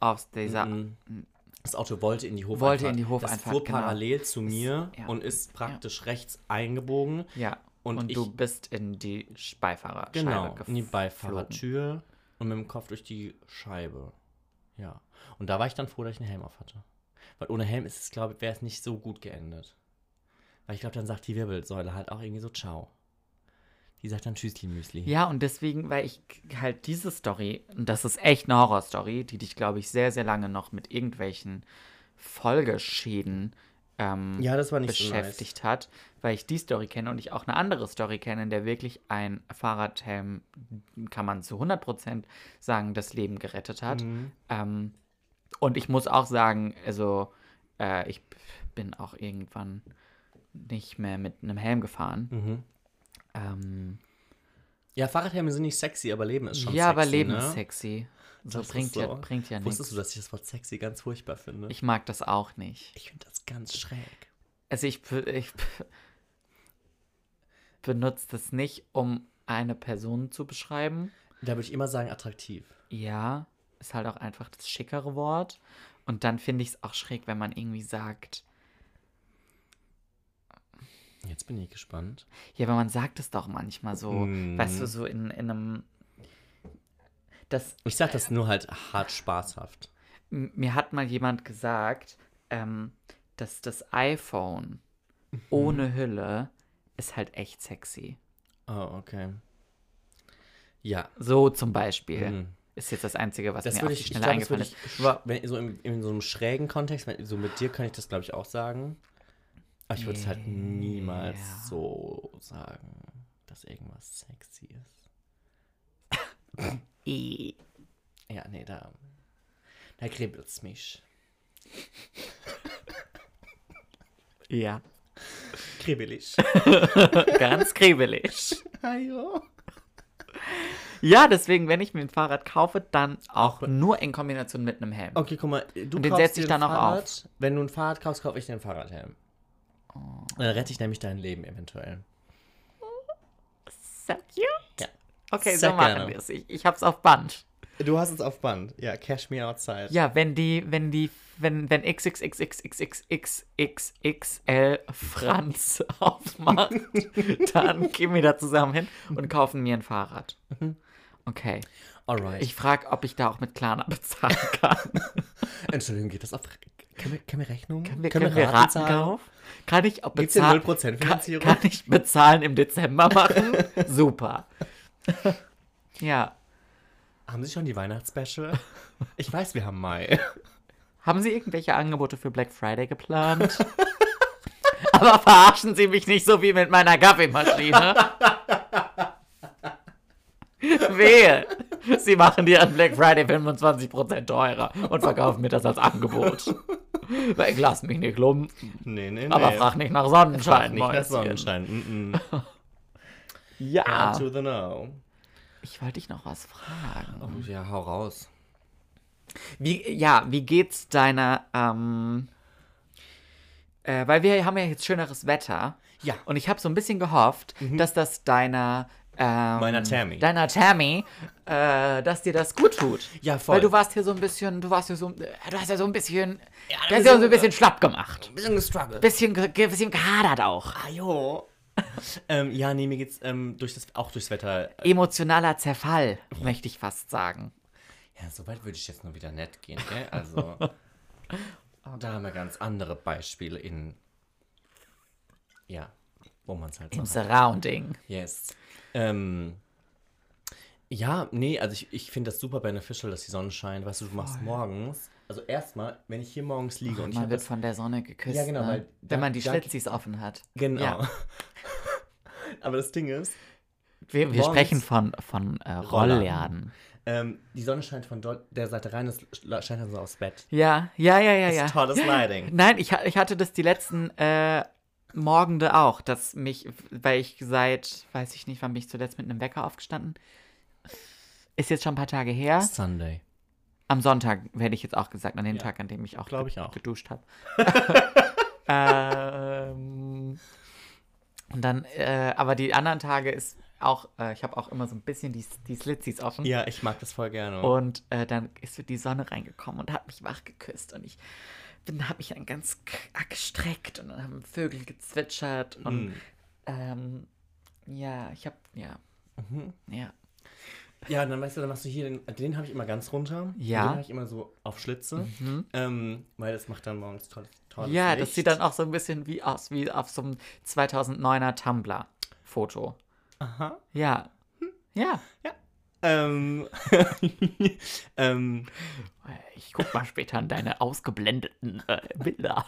S1: aus dieser
S2: Mhm. Das Auto wollte in die Hofeinfahrt.
S1: Wollte in die
S2: Das
S1: Hofeinfahrt,
S2: fuhr
S1: genau.
S2: parallel zu mir
S1: ja.
S2: und ist praktisch rechts eingebogen.
S1: Ja.
S2: Und
S1: Und,
S2: ich-
S1: du bist in die Sch- Beifahrerscheibe
S2: Genau, in die
S1: geflogen.
S2: Beifahrertür. und mit dem Kopf durch die Scheibe. Ja. Und da war ich dann froh, dass ich einen Helm auf hatte. Weil ohne Helm ist es, glaube ich, wäre es nicht so gut geendet. Weil ich glaube, dann sagt die Wirbelsäule halt auch irgendwie so Ciao. Die sagt dann Tschüssli Müsli.
S1: Ja, und deswegen, weil ich k- halt diese Story, und das ist echt eine Horrorstory, die dich, glaube ich, sehr, sehr lange noch mit irgendwelchen Folgeschäden ähm,
S2: Ja, das war nicht so nice.
S1: beschäftigt hat, weil ich die Story kenne und ich auch eine andere Story kenne, in der wirklich ein Fahrradhelm, kann man zu 100% sagen, das Leben gerettet hat.
S2: Mhm.
S1: Ähm, und ich muss auch sagen, also äh, ich bin auch irgendwann nicht mehr mit einem Helm gefahren.
S2: Mhm.
S1: Ähm,
S2: Ja, Fahrradhelme sind nicht sexy, aber Leben ist schon
S1: ja,
S2: sexy.
S1: aber Leben
S2: ne?
S1: ist sexy. So
S2: Das ist
S1: bringt, Ja,
S2: so.
S1: bringt ja
S2: Wusstest
S1: nichts.
S2: du, dass ich das Wort sexy ganz furchtbar finde?
S1: Ich mag das auch nicht.
S2: ich finde das ganz schräg.
S1: Also ich, be- ich be- benutze das nicht, um eine Person zu beschreiben.
S2: Da würde ich immer sagen, attraktiv.
S1: Ja, ist halt auch einfach das schickere Wort. Und dann finde ich es auch schräg, wenn man irgendwie sagt,
S2: Jetzt bin ich gespannt.
S1: Ja, aber man sagt es doch manchmal so,
S2: Mm.
S1: weißt du, so in, in einem. Das,
S2: Ich sage das nur halt hart spaßhaft.
S1: m- mir hat mal jemand gesagt, ähm, dass das iPhone
S2: Mhm.
S1: ohne Hülle ist halt echt sexy.
S2: Oh, okay. Ja.
S1: So zum Beispiel.
S2: Mhm.
S1: Ist jetzt das Einzige, was
S2: Das
S1: mir auf
S2: würde
S1: die
S2: ich, ich
S1: Schnelle
S2: glaube, das
S1: eingefallen
S2: würde
S1: ist.
S2: ich, wenn, so in, in so einem schrägen Kontext, wenn, so mit dir kann ich das, glaube ich, auch sagen. Aber ich würde es halt niemals
S1: Ja.
S2: so sagen, dass irgendwas sexy ist.
S1: I-
S2: Ja, nee, da, da kribbelt es mich.
S1: Ja.
S2: Kribbelig.
S1: Ganz kribbelig.
S2: Ajo.
S1: ja, deswegen, wenn ich mir ein Fahrrad kaufe, dann auch nur in Kombination mit einem Helm.
S2: Okay, guck mal, du
S1: Und den
S2: kaufst
S1: setz
S2: dir
S1: ich
S2: ein
S1: dann auch
S2: Fahrrad.
S1: auf. Oh.
S2: Wenn du ein Fahrrad kaufst, kaufe ich dir einen Fahrradhelm. Dann rette ich nämlich dein Leben eventuell.
S1: So cute.
S2: Ja.
S1: Okay,
S2: Sehr
S1: so machen
S2: gerne.
S1: wir es. Ich, ich hab's auf Band.
S2: Du hast es auf Band. Ja, Cash Me Outside.
S1: Ja, wenn die, wenn die, wenn, wenn XXXXXXXXXL Franz aufmacht, dann gehen wir da zusammen hin und kaufen mir ein Fahrrad.
S2: Mhm.
S1: Okay.
S2: Alright.
S1: Ich frage, ob ich da auch mit Klarna bezahlen kann.
S2: Entschuldigung, geht das auf. Können wir, können wir Rechnung?
S1: Können wir, können wir
S2: Raten zahlen?
S1: Ratenkauf? Kann ich auch
S2: Gibt's denn
S1: bezahlen?
S2: 0%
S1: Kann,
S2: Finanzierung?
S1: kann ich bezahlen im Dezember machen? Super. ja.
S2: Haben Sie schon die Weihnachtsspecial? Ich weiß, wir haben Mai.
S1: Haben Sie irgendwelche Angebote für Black Friday geplant? Aber verarschen Sie mich nicht so wie mit meiner Kaffeemaschine. Wehe! Sie machen dir an Black Friday 25% teurer und verkaufen mir das als Angebot. Weil ich lass mich nicht lumpen,
S2: Nee, nee, nee.
S1: aber frag nicht nach Sonnenschein.
S2: nicht nach
S1: Mäuschen.
S2: Sonnenschein. Mm -mm.
S1: Ja.
S2: To the no.
S1: Ich wollte dich noch was fragen.
S2: Oh, ja, hau raus.
S1: Wie, ja, wie geht's deiner, ähm, äh, weil wir haben ja jetzt schöneres Wetter.
S2: Ja.
S1: Und ich habe so ein bisschen gehofft, dass das deiner, ähm,
S2: Meiner Tammy.
S1: Deiner Tammy, äh, dass dir das gut tut.
S2: Ja, voll.
S1: Weil du warst hier so ein bisschen, du warst hier so, äh, du hast ja so ein bisschen, ja, du hast ja
S2: ein
S1: so
S2: bisschen-
S1: ein bisschen schlapp gemacht.
S2: Ein bisschen gestruggelt.
S1: Bisschen, ge- ge- bisschen gehadert auch.
S2: Ajo. Ah, ähm, ja, nee, mir geht's ähm, durch das, auch durchs Wetter.
S1: Emotionaler Zerfall, möchte ich fast sagen.
S2: Ja, so weit würde ich jetzt nur wieder nett gehen, gell? Also, da haben wir ganz andere Beispiele in. Ja, wo man es halt so
S1: Im
S2: hat.
S1: Surrounding.
S2: Yes. Ähm, ja, nee, also ich, ich finde das super beneficial, dass die Sonne scheint. Weißt du, du machst morgens. Also erstmal, wenn ich hier morgens liege und ich
S1: Man
S2: habe
S1: wird
S2: das.
S1: von der Sonne geküsst.
S2: Ja, genau,
S1: ne?
S2: weil da-
S1: Wenn man die
S2: da-
S1: Schlitzis offen hat.
S2: Genau.
S1: Ja.
S2: Aber das Ding ist,
S1: Wir, wir
S2: Morgens.
S1: sprechen von, von äh, Rollladen.
S2: ähm, die Sonne scheint von dort, der Seite rein, es schla- scheint dann so aufs Bett.
S1: Ja, ja, ja, ja, ja.
S2: Tolles Lighting.
S1: Nein, ich, ha- ich hatte das die letzten äh, Morgende auch, dass mich, weil ich seit, weiß ich nicht, wann bin ich zuletzt mit einem Wecker aufgestanden. Ist jetzt schon ein paar Tage her.
S2: Sunday.
S1: Am Sonntag werde ich jetzt auch gesagt, an dem
S2: Ja,
S1: Tag, an dem ich auch,
S2: glaub
S1: ge-
S2: ich auch.
S1: geduscht habe. ähm, und dann, äh, aber die anderen Tage ist auch, äh, ich habe auch immer so ein bisschen die, die Slitzies offen.
S2: Ja, ich mag das voll gerne.
S1: Und äh, dann ist die Sonne reingekommen und hat mich wach geküsst. Und ich habe mich dann ganz k- ah, gestreckt und dann haben Vögel gezwitschert. Und ähm, ja, ich habe, ja, ja.
S2: Ja, dann weißt du, dann machst du hier den, den habe ich immer ganz runter.
S1: Ja. Mhm.
S2: Den habe ich immer so auf Schlitze. Ähm, weil das macht dann morgens tolles, tolles
S1: Ja,
S2: Licht.
S1: das sieht dann auch so ein bisschen wie aus wie auf so einem 2009er Tumblr-Foto.
S2: Aha.
S1: Ja. Ja.
S2: Ähm, ähm,
S1: Ich guck mal später an deine ausgeblendeten äh, Bilder.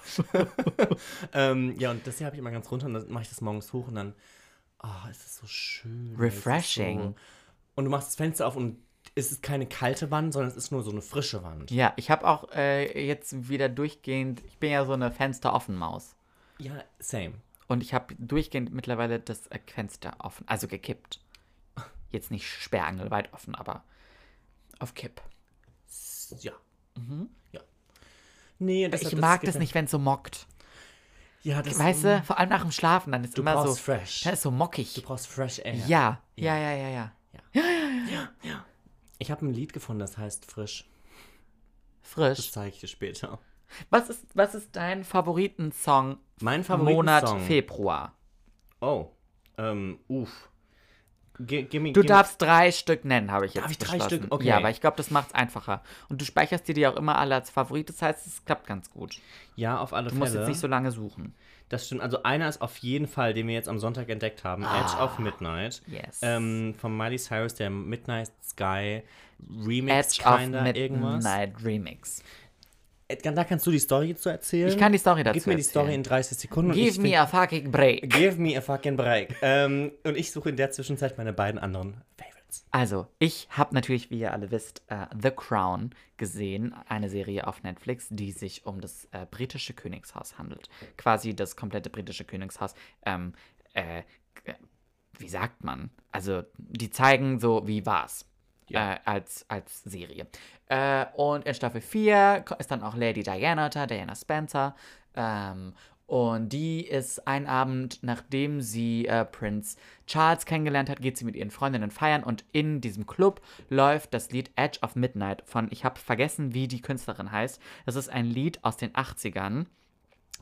S2: ähm, ja, und das hier habe ich immer ganz runter und dann mache ich das morgens hoch und dann, ah, es ist so schön. es ist
S1: Refreshing.
S2: So, und du machst das Fenster auf und es ist keine kalte Wand, sondern es ist nur so eine frische Wand.
S1: Ja, ich habe auch äh, jetzt wieder durchgehend, ich bin ja so eine Fenster-Offen-Maus.
S2: Ja, same.
S1: Und ich habe durchgehend mittlerweile das äh, Fenster offen, also gekippt. Jetzt nicht sperrangelweit offen, aber auf Kipp.
S2: Ja. Ja. Nee,
S1: Mhm. Ich mag das nicht, wenn es so mockt.
S2: Ja, das
S1: Weißt du, vor allem nach dem Schlafen, dann ist
S2: Du
S1: immer so,
S2: brauchst fresh.
S1: dann ist so
S2: Du
S1: mockig.
S2: brauchst Fresh Air.
S1: Ja, ja, ja, ja, ja.
S2: Ich habe ein Lied gefunden, das heißt Frisch. Das
S1: Frisch.
S2: zeige ich dir später.
S1: Was ist, was ist dein Favoritensong
S2: Mein Favorit
S1: Monat Februar?
S2: Oh. Ähm, uff. Gi- gimme-
S1: Du
S2: gimme-
S1: darfst drei Stück nennen, habe ich jetzt
S2: Darf ich drei
S1: beschlossen.
S2: Stück? Okay.
S1: Ja, aber ich glaube, das macht's einfacher. Und du speicherst dir die auch immer alle als Favorit. Das heißt, es klappt ganz gut.
S2: Ja, auf alle
S1: Du musst
S2: Fälle.
S1: jetzt nicht so lange suchen.
S2: das stimmt. Also einer ist auf jeden Fall, den wir jetzt am Sonntag entdeckt haben. Edge of Midnight.
S1: Ah, yes.
S2: Ähm, von Miley Cyrus, der Midnight Sky Remix
S1: Edge
S2: kinda
S1: of
S2: irgendwas.
S1: Midnight Remix.
S2: Edgar, da kannst du die Story zu erzählen.
S1: Ich kann die Story dazu
S2: Gib mir die Story in
S1: erzählen.
S2: 30 Sekunden. und ich
S1: Give
S2: find-
S1: me a fucking break.
S2: Give me a fucking break. ähm, und ich suche in der Zwischenzeit meine beiden anderen Favorites.
S1: Also, ich habe natürlich, wie ihr alle wisst, äh, The Crown gesehen, eine Serie auf Netflix, die sich um das äh, britische Königshaus handelt. Quasi das komplette britische Königshaus. Ähm, äh, äh, wie sagt man? Also, die zeigen so, wie war's. Äh, als, als Serie. Äh, und in Staffel 4 ko- ist dann auch Lady Diana da, Diana Spencer. Ähm, und die ist einen Abend, nachdem sie äh, Prinz Charles kennengelernt hat, geht sie mit ihren Freundinnen feiern und in diesem Club läuft das Lied Edge of Midnight von, ich habe vergessen, wie die Künstlerin heißt. Das ist ein Lied aus den 80ern.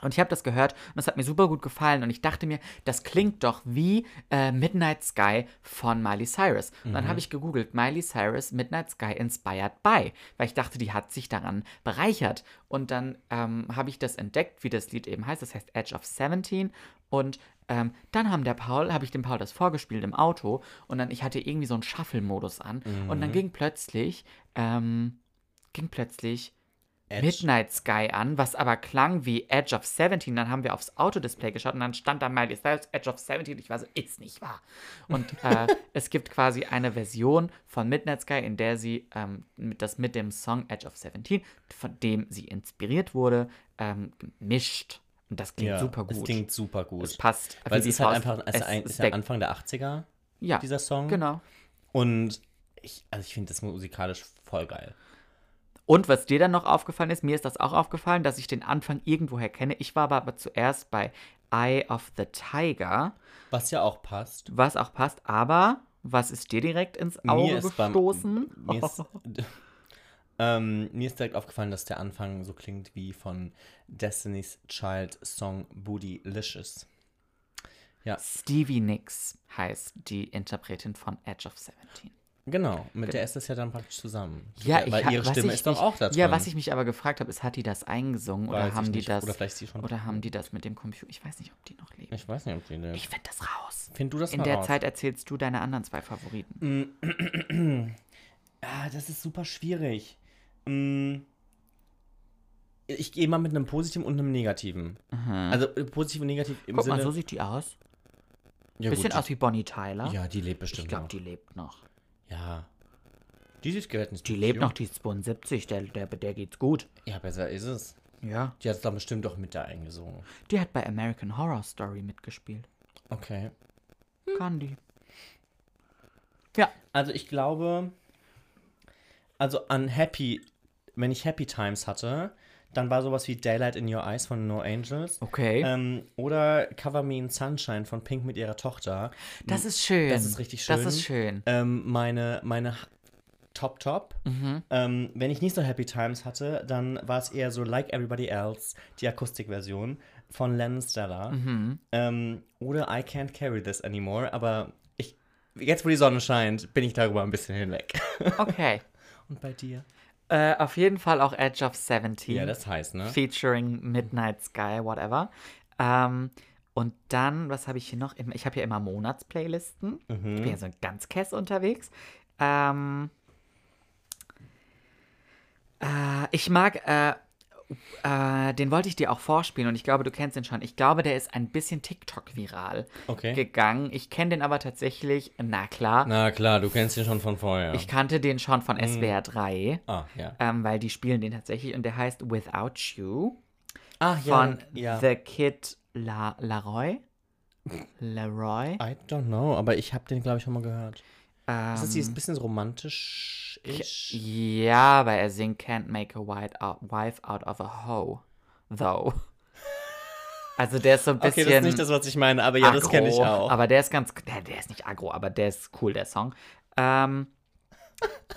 S1: Und ich habe das gehört und es hat mir super gut gefallen und ich dachte mir, das klingt doch wie äh, Midnight Sky von Miley Cyrus. Und dann habe ich gegoogelt, Miley Cyrus Midnight Sky Inspired by, weil ich dachte, die hat sich daran bereichert. Und dann ähm, habe ich das entdeckt, wie das Lied eben heißt, das heißt Edge of 17 und ähm, dann haben der Paul, habe ich dem Paul das vorgespielt im Auto und dann, ich hatte irgendwie so einen Shuffle-Modus an und dann ging plötzlich, ähm, ging plötzlich Midnight Sky an, was aber klang wie Edge of 17. Dann haben wir aufs Autodisplay geschaut und dann stand da Miley Cyrus Edge of 17. Ich war so, ist nicht wahr. Und äh, es gibt quasi eine Version von Midnight Sky, in der sie ähm, mit, das mit dem Song Edge of 17, von dem sie inspiriert wurde, ähm, mischt. Und das klingt super gut.
S2: Es klingt super gut.
S1: Es passt.
S2: Weil es
S1: wie
S2: ist
S1: die
S2: halt
S1: Faust-
S2: einfach, es ist ein,
S1: es
S2: ist ja
S1: deckt-
S2: Anfang der 80er,
S1: ja,
S2: dieser Song.
S1: Genau.
S2: Und ich, also ich finde das musikalisch voll geil.
S1: Und was dir dann noch aufgefallen ist, mir ist das auch aufgefallen, dass ich den Anfang irgendwoher kenne. Ich war aber, aber zuerst bei Eye of the Tiger,
S2: Was ja auch passt.
S1: was auch passt, aber was ist dir direkt ins Auge gestoßen?
S2: Beim, mir, ist, ähm, mir ist direkt aufgefallen, dass der Anfang so klingt wie von Destiny's Child Song Booty Licious.
S1: Stevie Nicks heißt die Interpretin von Edge of 17.
S2: Genau, mit der ist das ja dann praktisch zusammen. Weil
S1: ha-
S2: ihre
S1: was
S2: Stimme
S1: ich
S2: ist doch
S1: mich-
S2: auch da drin.
S1: Ja, was ich mich aber gefragt habe, ist, hat die das eingesungen
S2: Weiß
S1: oder
S2: ich
S1: haben die
S2: nicht.
S1: das
S2: Oder vielleicht sie schon.
S1: oder haben die das mit dem Computer? Ich weiß nicht, ob die noch leben.
S2: Ich weiß nicht, ob die lebt.
S1: Ich finde das raus.
S2: Find du das
S1: In
S2: mal
S1: der
S2: raus.
S1: Zeit erzählst du deine anderen zwei Favoriten.
S2: Ah, das ist super schwierig. Mm. Ich gehe immer mit einem positiven und einem negativen. Also äh, positiv und negativ im
S1: Mhm. Guck
S2: Sinne.
S1: mal, so sieht die aus.
S2: ja,
S1: Bisschen
S2: gut,
S1: aus wie Bonnie Tyler.
S2: die, ja, die lebt bestimmt
S1: ich glaube,
S2: noch.
S1: die lebt noch.
S2: ja. Die sieht gerettet.
S1: Die lebt noch, die ist 72, der, der, der geht's gut.
S2: Ja, besser ist es.
S1: Ja.
S2: Die hat es dann bestimmt doch mit da eingesungen.
S1: Die hat bei American Horror Story mitgespielt.
S2: Okay. Hm.
S1: Kann die. Ja.
S2: Also ich glaube, also an Happy, wenn ich Happy Times hatte, dann war sowas wie Daylight in Your Eyes von No Angels.
S1: Okay.
S2: Ähm, oder Cover Me in Sunshine von Pink mit ihrer Tochter.
S1: das ist schön.
S2: das ist richtig schön.
S1: Das ist schön.
S2: Ähm, meine, meine H- Top Top.
S1: Mhm.
S2: Ähm, wenn ich nicht so Happy Times hatte, dann war es eher so Like Everybody Else, die Akustikversion
S1: Mhm.
S2: von Lennon Stella. Ähm, oder I Can't Carry This Anymore, aber ich jetzt wo die Sonne scheint, bin ich darüber ein bisschen hinweg.
S1: Okay.
S2: Und bei dir?
S1: Äh, auf jeden Fall auch Edge of 17.
S2: Ja, das heißt, ne?
S1: Featuring Midnight Sky, whatever. Ähm, und dann, was habe ich hier noch? Ich habe hier immer Monatsplaylisten. Ich bin ja so ganz Kess unterwegs. Ähm, äh, ich mag, äh, äh, den wollte ich dir auch vorspielen und ich glaube, du kennst ihn schon. Ich glaube, der ist ein bisschen TikTok-viral
S2: Okay.
S1: gegangen. Ich kenne den aber tatsächlich, na klar,
S2: Na Mhm. klar, du kennst ihn schon von vorher.
S1: ich kannte den schon von SWR 3
S2: ah, ja.
S1: ähm, weil die spielen den tatsächlich und der heißt Without You
S2: Ah,
S1: von
S2: ja.
S1: The Kid La Laroy. Leroy.
S2: I don't know, aber ich habe den, glaube ich, schon mal gehört.
S1: Ähm,
S2: Ist das dieses bisschen so romantisch -ish?
S1: ja, weil er singt Can't Make a white out, Wife Out of a Hoe, though. Also der ist so ein
S2: Okay,
S1: bisschen.
S2: das ist nicht das, was ich meine, aber ja, das kenne ich
S1: aggro,
S2: auch.
S1: Aber der ist ganz. Der, der ist nicht aggro, aber der ist cool, der Song. Ähm,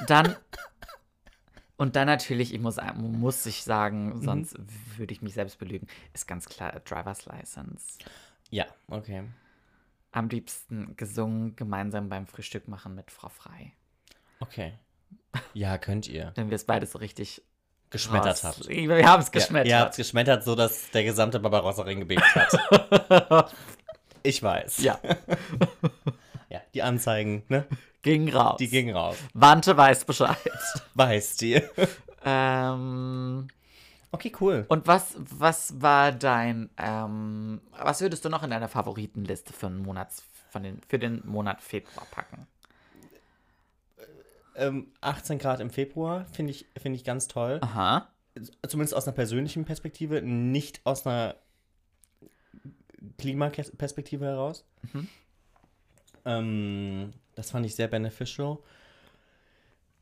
S1: dann. Und dann natürlich, ich muss, muss ich
S2: Mhm.
S1: sagen, sonst würde ich mich selbst belügen, ist ganz klar Driver's License.
S2: ja, okay.
S1: Am liebsten gesungen, gemeinsam beim Frühstück machen mit Frau Frei.
S2: Okay. Ja, könnt ihr.
S1: Wenn wir es beide so richtig raus-
S2: Geschmettert habt.
S1: Wir haben es
S2: Ja,
S1: geschmettert.
S2: ihr habt es geschmettert, so dass der gesamte Barbarossa-Ring gebebt hat. ich weiß.
S1: Ja.
S2: Ja, die Anzeigen, ne?
S1: Ging raus.
S2: Die gingen raus.
S1: Wante weiß Bescheid.
S2: Weißt ihr.
S1: ähm,
S2: Okay, cool.
S1: Und was, was war dein, ähm, was würdest du noch in deiner Favoritenliste für, einen Monats, von den, für den Monat Februar packen?
S2: Ähm, 18 Grad im Februar finde ich, finde ich ganz toll.
S1: Aha.
S2: Zumindest aus einer persönlichen Perspektive, nicht aus einer Klimaperspektive heraus.
S1: Mhm.
S2: Ähm, das fand ich sehr beneficial.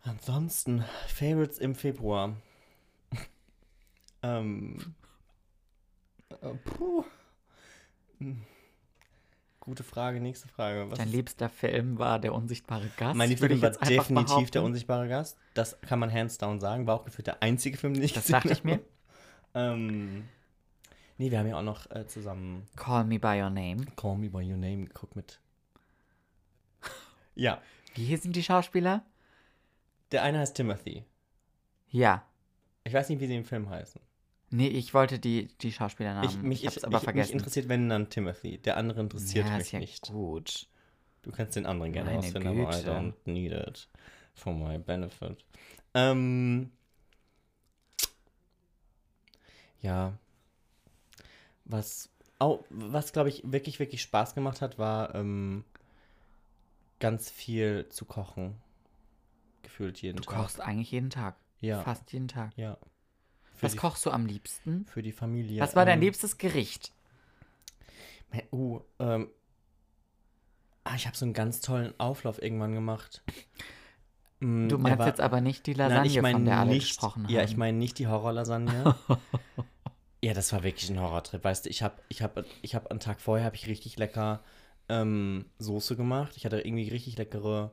S2: Ansonsten, Favorites im Februar. ähm, äh, puh. Hm. Gute Frage, nächste Frage. Was
S1: Dein
S2: ist-
S1: liebster Film war Der unsichtbare Gast.
S2: mein
S1: würde ich
S2: Lieblingsfilm war
S1: jetzt einfach
S2: definitiv Der
S1: behaupten.
S2: unsichtbare Gast. Das kann man hands down sagen. War auch gefühlt der einzige Film, den ich
S1: Das
S2: gesehen
S1: dachte ich
S2: habe.
S1: mir.
S2: Ähm, nee, wir haben ja auch noch äh, zusammen
S1: Call Me By Your Name.
S2: Call Me By Your Name geguckt mit. Ja,
S1: Wie hießen die Schauspieler?
S2: der eine heißt Timothy.
S1: Ja.
S2: Ich weiß nicht, wie sie im Film heißen.
S1: Nee, ich wollte die, die Schauspielernamen. Ähm, Ich,
S2: mich,
S1: hab's aber
S2: Mich
S1: vergessen.
S2: interessiert, wenn dann Timothy. Der andere interessiert
S1: ja,
S2: mich
S1: ist ja
S2: nicht.
S1: gut.
S2: Du kannst den anderen gerne
S1: Meine
S2: ausfinden, aber I
S1: Güte.
S2: don't need it for my benefit. Ähm, ja. Was, au- was glaube ich, wirklich, wirklich Spaß gemacht hat, war ähm, ganz viel zu kochen. Gefühlt jeden
S1: Du
S2: Tag.
S1: kochst eigentlich jeden Tag.
S2: Ja.
S1: Fast jeden Tag.
S2: Ja. Für
S1: Was
S2: die,
S1: kochst du am liebsten?
S2: Für die Familie.
S1: Was war dein
S2: ähm,
S1: liebstes Gericht?
S2: Hä, Uh, ähm, ah, ich habe so einen ganz tollen Auflauf irgendwann gemacht. Mm,
S1: Du
S2: der
S1: meinst
S2: war-
S1: jetzt aber nicht die
S2: Nein,
S1: Lasagne,
S2: ich meine
S1: von der alle
S2: nicht,
S1: gesprochen haben.
S2: Ja, ich meine nicht die Horrorlasagne. ja, das war wirklich ein Horrortrip, weißt du, ich habe ich hab, ich hab einen Tag vorher habe ich richtig lecker ähm, Soße gemacht. Ich hatte irgendwie richtig leckere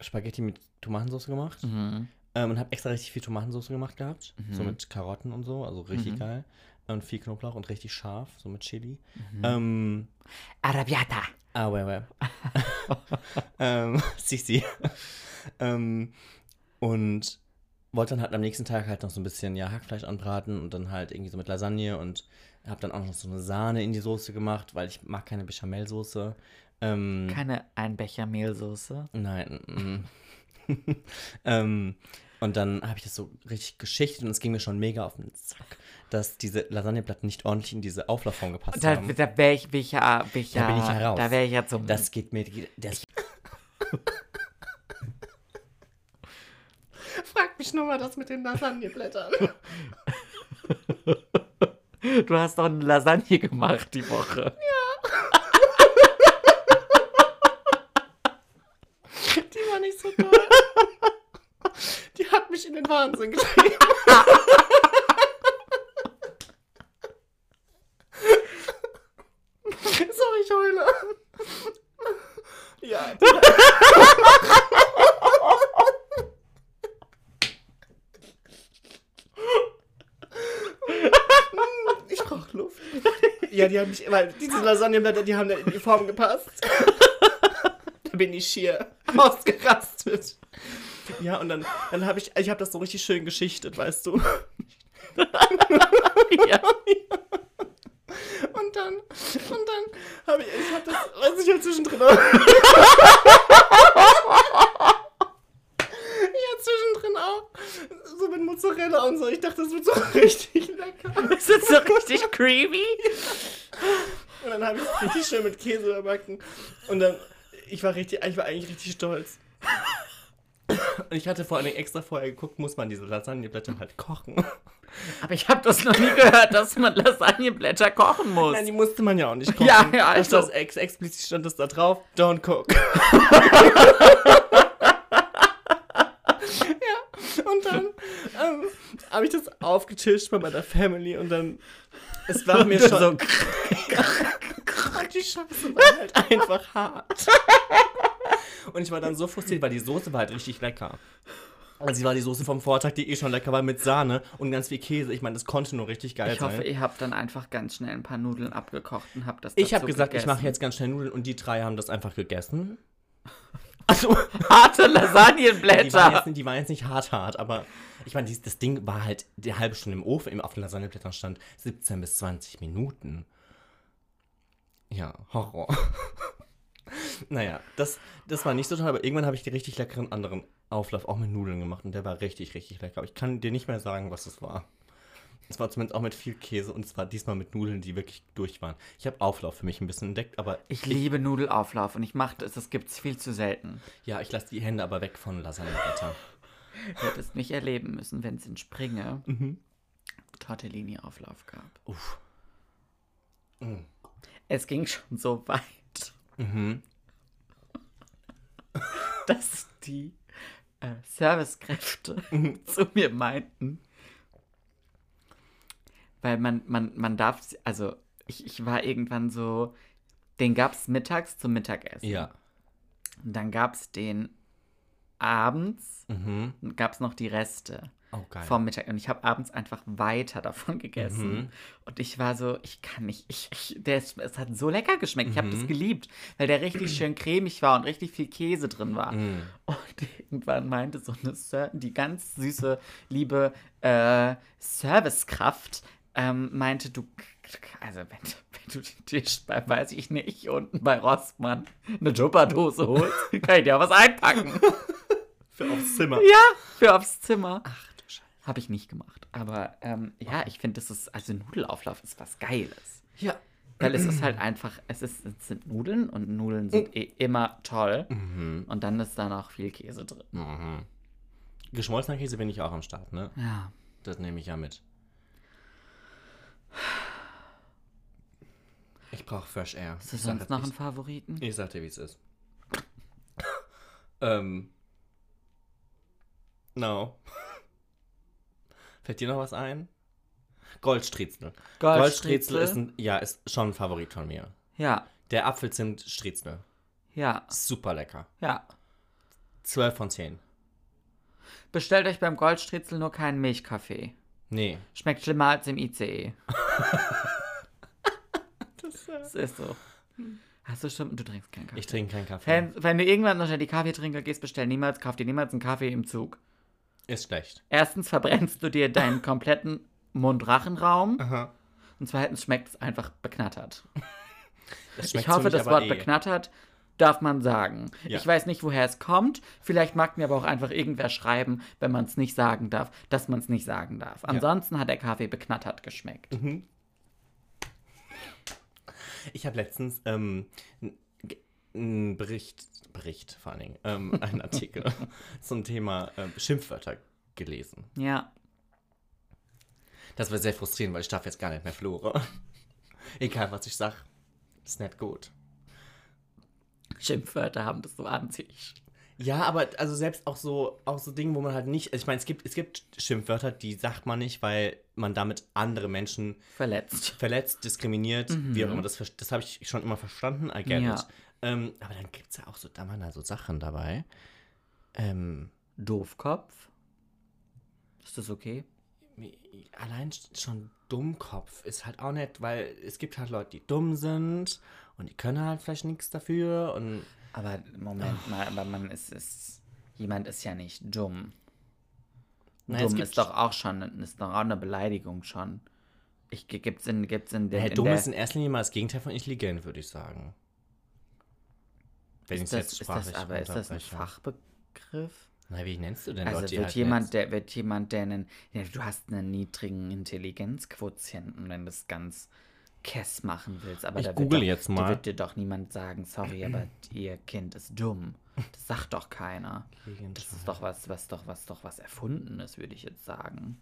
S2: Spaghetti mit Tomatensauce gemacht
S1: Mhm.
S2: ähm, und habe extra richtig viel Tomatensauce gemacht gehabt, so
S1: Mhm.
S2: mit Karotten und so, also richtig
S1: Mhm.
S2: geil. Und viel Knoblauch und richtig scharf, so mit Chili.
S1: Mhm.
S2: Ähm,
S1: Arabiata.
S2: Ah, ouais, ouais. ähm, si, si. ähm, und wollte dann halt am nächsten Tag halt noch so ein bisschen ja, Hackfleisch anbraten und dann halt irgendwie so mit Lasagne und habe dann auch noch so eine Sahne in die Soße gemacht, weil ich mag keine Bechamelsoße. Ähm,
S1: Keine Einbecher-Mehlsoße.
S2: Nein. mm. ähm, und dann habe ich das so richtig geschichtet und es ging mir schon mega auf den Zack, dass diese Lasagneplatten nicht ordentlich in diese Auflaufform gepasst
S1: Da,
S2: haben.
S1: da wäre ich, wär ich, ja, wär ich
S2: Da
S1: ja,
S2: bin ich ja raus.
S1: Da wäre ich ja zum.
S2: Das geht mir. Das Frag mich nur mal das mit den Lasagneblättern.
S1: du hast doch eine Lasagne gemacht die Woche.
S2: Die war nicht so toll. Die hat mich in den Wahnsinn getrieben. Sorry, ich heule. Ja. die- Ich brauch Luft. Ja, die haben mich, weil diese Lasagneblätter, die haben da in die Form gepasst.
S1: Da bin
S2: bin ich hier ausgerastet. Ja, und dann, dann habe ich, ich habe das so richtig schön geschichtet, weißt du.
S1: Ja.
S2: Und dann, und dann habe ich, ich habe das, weiß ich ja zwischendrin. ich habe zwischendrin auch so mit Mozzarella und so. Ich dachte, das wird so richtig lecker.
S1: Das ist so richtig creepy.
S2: Und dann habe ich es richtig schön mit Käse überbacken. Und dann, ich war richtig, ich war eigentlich richtig stolz. Und ich hatte vor allen Dingen extra vorher geguckt, muss man diese Lasagneblätter halt kochen.
S1: Aber ich habe das noch nie gehört, dass man Lasagneblätter kochen muss.
S2: Nein, die musste man ja auch nicht kochen.
S1: Ja, ja,
S2: das, das
S1: also.
S2: ex explizit stand das da drauf. Don't cook. ja, und dann ähm, habe ich das aufgetischt bei meiner Family und dann. Es war mir schon.
S1: So.
S2: Und die Scheiße war halt einfach hart. Und ich war dann so frustriert, weil die Soße war halt richtig lecker. Also sie war die Soße vom Vortag, die eh schon lecker war, mit Sahne und ganz viel Käse. Ich meine, das konnte nur richtig geil
S1: Ich
S2: sein.
S1: hoffe, ihr habt dann einfach ganz schnell ein paar Nudeln abgekocht und habt das
S2: Ich
S1: dazu
S2: habe gesagt, ich
S1: gegessen.
S2: mache jetzt ganz schnell Nudeln und die drei haben das einfach gegessen. Also,
S1: harte
S2: die waren, jetzt,
S1: Lasagnenblätter.
S2: nicht- die waren jetzt nicht hart hart, aber ich meine, dies- das Ding war halt die halbe Stunde im Ofen, im auf den Lasagneblättern stand 17 bis 20 Minuten. Ja, Horror. naja, das, das war nicht so toll, aber irgendwann habe ich den richtig leckeren anderen Auflauf auch mit Nudeln gemacht und der war richtig, richtig lecker. Aber ich kann dir nicht mehr sagen, was es war. Es war zumindest auch mit viel Käse und es war diesmal mit Nudeln, die wirklich durch waren. Ich habe Auflauf für mich ein bisschen entdeckt, aber
S1: Ich liebe Nudelauflauf und ich mache das, das gibt's viel zu selten.
S2: ja, ich lasse die Hände aber weg von Lasagneblättern.
S1: Ich hätte es nicht erleben müssen, wenn es in Springe Tortellini-Auflauf gab.
S2: Mhm. Uff.
S1: Es ging schon so weit,
S2: Mhm.
S1: dass die äh, Servicekräfte
S2: Mhm.
S1: zu mir meinten, weil man, man, man darf, also ich, ich war irgendwann so, den gab es mittags zum Mittagessen.
S2: Ja.
S1: Und dann gab es den abends,
S2: Mhm.
S1: gab es noch die Reste
S2: Oh, geil.
S1: vom Mittag. Und ich habe abends einfach weiter davon gegessen.
S2: Mhm.
S1: Und ich war so, ich kann nicht, ich, ich, der ist, es hat so lecker geschmeckt. Ich habe
S2: Mhm.
S1: das geliebt, weil der richtig schön cremig war und richtig viel Käse drin war.
S2: Mhm.
S1: Und irgendwann meinte so eine, Ser die ganz süße, liebe äh, Servicekraft, ähm, meinte, du, also wenn, wenn du den Tisch bei, weiß ich nicht, unten bei Rossmann eine Jupperdose holst, kann ich dir auch was einpacken.
S2: Für aufs Zimmer.
S1: Ja, für aufs Zimmer. Ach du Scheiße. Habe ich nicht gemacht. Aber ähm, ja, ich finde, das ist, also Nudelauflauf ist was Geiles.
S2: Ja.
S1: Weil es ist halt einfach, es, ist, es sind Nudeln und Nudeln sind eh immer toll. Und dann ist da noch viel Käse drin.
S2: Geschmolzener Käse bin ich auch am Start, ne?
S1: Ja.
S2: Das nehme ich ja mit. Ich brauche Fresh Air.
S1: Hast du
S2: Ich sag
S1: sonst
S2: jetzt-
S1: noch einen Favoriten?
S2: Ich, ich sag dir, wie es ist. ähm. No. Fällt dir noch was ein? Goldstriezel. Goldstriezel ist ein, ja, ist schon ein Favorit von mir.
S1: Ja,
S2: Der Apfelzimt Striezel.
S1: ja,
S2: Super lecker.
S1: ja.
S2: 12 von 10.
S1: Bestellt euch beim Goldstritzel nur keinen Milchkaffee.
S2: Nee.
S1: Schmeckt schlimmer als im ICE. das ist so. Hast du schon, du trinkst keinen Kaffee.
S2: Ich trinke keinen Kaffee.
S1: Wenn, wenn du irgendwann unter die Kaffeetrinker gehst, bestell niemals, kauf dir niemals einen Kaffee im Zug.
S2: Ist schlecht.
S1: Erstens verbrennst du dir deinen kompletten Mundrachenraum.
S2: Aha.
S1: Und zweitens schmeckt es einfach beknattert.
S2: Das
S1: Ich
S2: schmeckt so
S1: hoffe,
S2: nicht,
S1: das
S2: aber
S1: Wort
S2: eh.
S1: beknattert darf man sagen.
S2: Ja.
S1: Ich weiß nicht, woher es kommt. Vielleicht mag mir aber auch einfach irgendwer schreiben, wenn man es nicht sagen darf, dass man es nicht sagen darf. Ansonsten hat der Kaffee beknattert geschmeckt.
S2: Mhm. Ich habe letztens ähm, n- g- einen Bericht, Bericht vor allen Dingen, ähm, einen Artikel zum Thema ähm, Schimpfwörter gelesen.
S1: Ja.
S2: Das war sehr frustrierend, weil ich darf jetzt gar nicht mehr Flore. Egal, was ich sag, ist nicht gut.
S1: Schimpfwörter haben das so an sich.
S2: Ja, aber also selbst auch so, auch so Dinge, wo man halt nicht, also ich meine, es gibt, es gibt Schimpfwörter, die sagt man nicht, weil man damit andere Menschen
S1: Verletzt.
S2: verletzt, diskriminiert, wie auch immer. Das, ver- das habe ich schon immer verstanden, I get
S1: Mhm. Ja.
S2: it. Ähm, aber dann gibt es ja auch so, da waren da so Sachen dabei. Ähm,
S1: Doofkopf. Ist das okay?
S2: allein schon Dummkopf ist halt auch nett, weil es gibt halt Leute, die dumm sind und die können halt vielleicht nichts dafür und
S1: Aber Moment mal, aber man ist, ist jemand ist ja nicht dumm.
S2: Nein, es
S1: dumm
S2: gibt-
S1: ist doch auch schon, ist doch auch eine Beleidigung schon. Ich ge- gibt's in gibt's in, den,
S2: Hey,
S1: in
S2: dumm
S1: der,
S2: ist in erster Linie mal das Gegenteil von intelligent, würde ich sagen. Wenn ich
S1: ist
S2: es
S1: das,
S2: jetzt
S1: ist das
S2: sprachlich
S1: aber ist das ein
S2: unterbreche.
S1: Fachbegriff?
S2: Na, wie nennst du denn
S1: Also
S2: Leute, die
S1: wird
S2: halt
S1: jemand,
S2: nennst?
S1: der wird jemand, der einen, ja, du hast einen niedrigen Intelligenzquotienten, wenn du es ganz kess machen willst. Aber
S2: Ich
S1: da wird
S2: google
S1: doch,
S2: jetzt
S1: da
S2: mal.
S1: wird dir doch niemand sagen, sorry, aber ihr Kind ist dumm. Das sagt doch keiner. Das ist doch was, was doch was doch was erfundenes, würde ich jetzt sagen.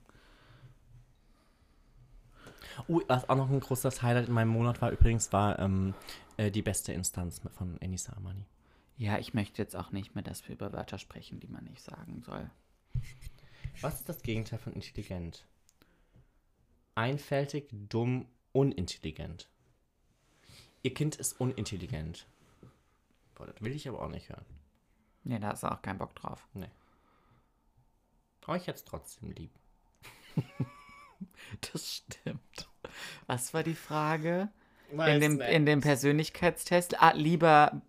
S2: Oh, was auch noch ein großes Highlight in meinem Monat war übrigens, war ähm, äh, die beste Instanz von Enisa Amani.
S1: Ja, ich möchte jetzt auch nicht mehr, dass wir über Wörter sprechen, die man nicht sagen soll.
S2: Was ist das Gegenteil von intelligent? Einfältig, dumm, unintelligent. Ihr Kind ist unintelligent. Boah, das will ich aber auch nicht hören.
S1: Ja, da hast du auch keinen Bock drauf.
S2: Nee. Aber ich hätte es trotzdem lieb.
S1: Das stimmt. Was war die Frage? In dem, in dem Persönlichkeitstest, ah, lieber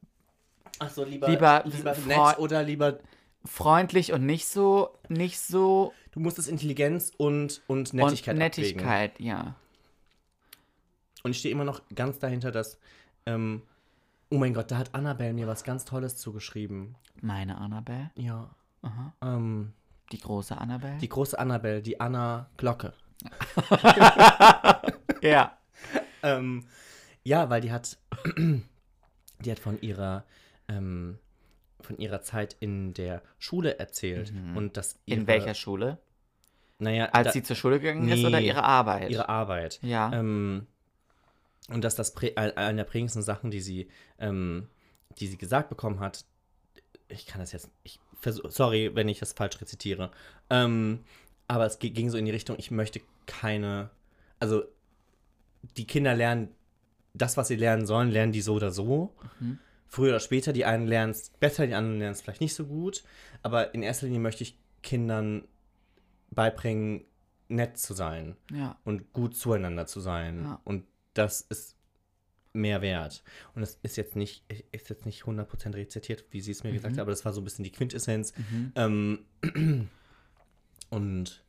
S2: Achso, lieber,
S1: lieber
S2: lieber,
S1: Frau-
S2: nett oder lieber.
S1: freundlich und nicht so, nicht so
S2: Du musstest Intelligenz und, und
S1: Nettigkeit
S2: Nettigkeit
S1: und
S2: abwägen.
S1: Nettigkeit, ja.
S2: Und ich stehe immer noch ganz dahinter, dass, ähm, oh mein Gott, da hat Annabelle mir was ganz Tolles zugeschrieben.
S1: Meine Annabelle,
S2: Ja. Ähm,
S1: die große Annabelle.
S2: die große Annabelle, die Anna Glocke.
S1: ja.
S2: Ähm, ja, weil die hat, die hat von ihrer, ähm, von ihrer Zeit in der Schule erzählt. Und dass
S1: In
S2: ihre-
S1: welcher Schule?
S2: Naja,
S1: Als
S2: da-
S1: sie zur Schule gegangen ist oder
S2: Nee.
S1: ihre Arbeit?
S2: ihre Arbeit.
S1: Ja.
S2: Ähm, und dass das prä- ein- eine der prägendsten Sachen, die sie, ähm, die sie gesagt bekommen hat, ich kann das jetzt, ich versuch, sorry, wenn ich das falsch rezitiere, ähm, aber es ge- ging so in die Richtung, ich möchte keine, also die Kinder lernen das, was sie lernen sollen, lernen die so oder so. Früher oder später, die einen lernen es besser, die anderen lernen es vielleicht nicht so gut, aber in erster Linie möchte ich Kindern beibringen, nett zu sein
S1: ja.
S2: und gut zueinander zu sein.
S1: Ja.
S2: Und das ist mehr wert. Und das ist jetzt nicht, ist jetzt nicht 100% rezitiert, wie sie es mir
S1: Mhm.
S2: gesagt hat, aber das war so ein bisschen die Quintessenz. Ähm, und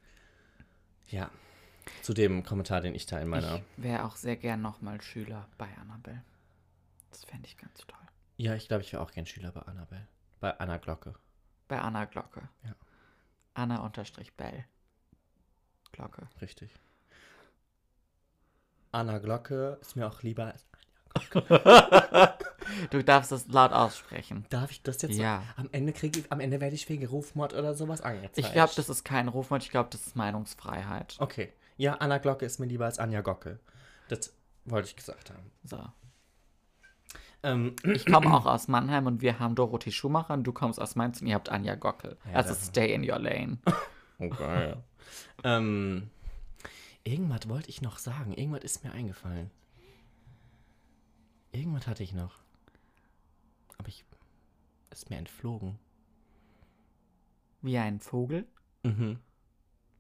S2: ja, zu dem Kommentar, den ich da in meiner.
S1: Ich wäre auch sehr gern nochmal Schüler bei Annabelle. Das fände ich ganz toll.
S2: ja, ich glaube, ich wäre auch gern Schüler bei Annabelle. Bei Anna Glocke.
S1: Bei Anna Glocke.
S2: Ja.
S1: Anna unterstrich Bell. Glocke.
S2: Richtig. Anna Glocke ist mir auch lieber als
S1: Du darfst es laut aussprechen.
S2: Darf ich das jetzt?
S1: Ja.
S2: Am Ende kriege ich, am Ende werde ich wegen Rufmord oder sowas angezeigt.
S1: Ich glaube, das ist kein Rufmord, ich glaube, das ist Meinungsfreiheit.
S2: Okay. Ja, Anna Glocke ist mir lieber als Anja Gocke. Das wollte ich gesagt haben.
S1: So.
S2: Ähm,
S1: Ich komme auch aus Mannheim und wir haben Dorothee Schumacher und du kommst aus Mainz und ihr habt Anja Gockel. also stay in your lane.
S2: Oh, okay. ähm, irgendwas wollte ich noch sagen. Irgendwas ist mir eingefallen. Irgendwas hatte ich noch. Aber ich. Ist mir entflogen.
S1: Wie ein Vogel?
S2: Mhm.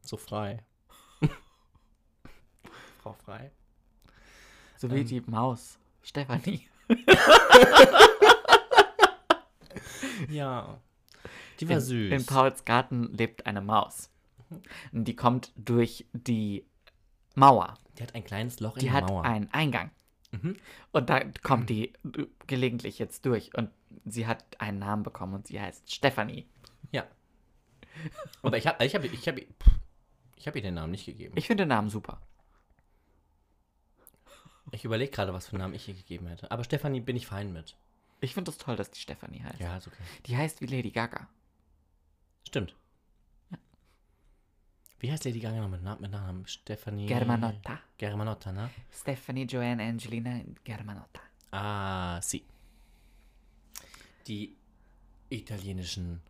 S2: So frei. Frau Frei.
S1: So
S2: Ähm.
S1: wie die Maus. Stefanie.
S2: Ja. Die war
S1: In,
S2: süß.
S1: in Pauls Garten lebt eine Maus. Und die kommt durch die Mauer.
S2: die hat ein kleines Loch in
S1: Die
S2: der
S1: hat
S2: Mauer.
S1: einen Eingang. Mhm. Und da kommt die gelegentlich jetzt durch. Und sie hat einen Namen bekommen und sie heißt Stefanie.
S2: Ja. Aber ich habe ich hab, ich hab, ich hab ihr den Namen nicht gegeben.
S1: Ich finde den Namen super.
S2: Ich überlege gerade, was für einen Namen ich ihr gegeben hätte. Aber Stefanie bin ich fein mit.
S1: Ich finde es das toll, dass die Stefanie heißt.
S2: ist okay.
S1: Die heißt wie Lady Gaga.
S2: Stimmt. Wie heißt Lady Gaga noch mit, Na mit Nachnamen? Stefanie.
S1: Germanotta.
S2: Germanotta, ne?
S1: Stephanie Joanne Angelina Germanotta.
S2: Ah, sie. Die italienischen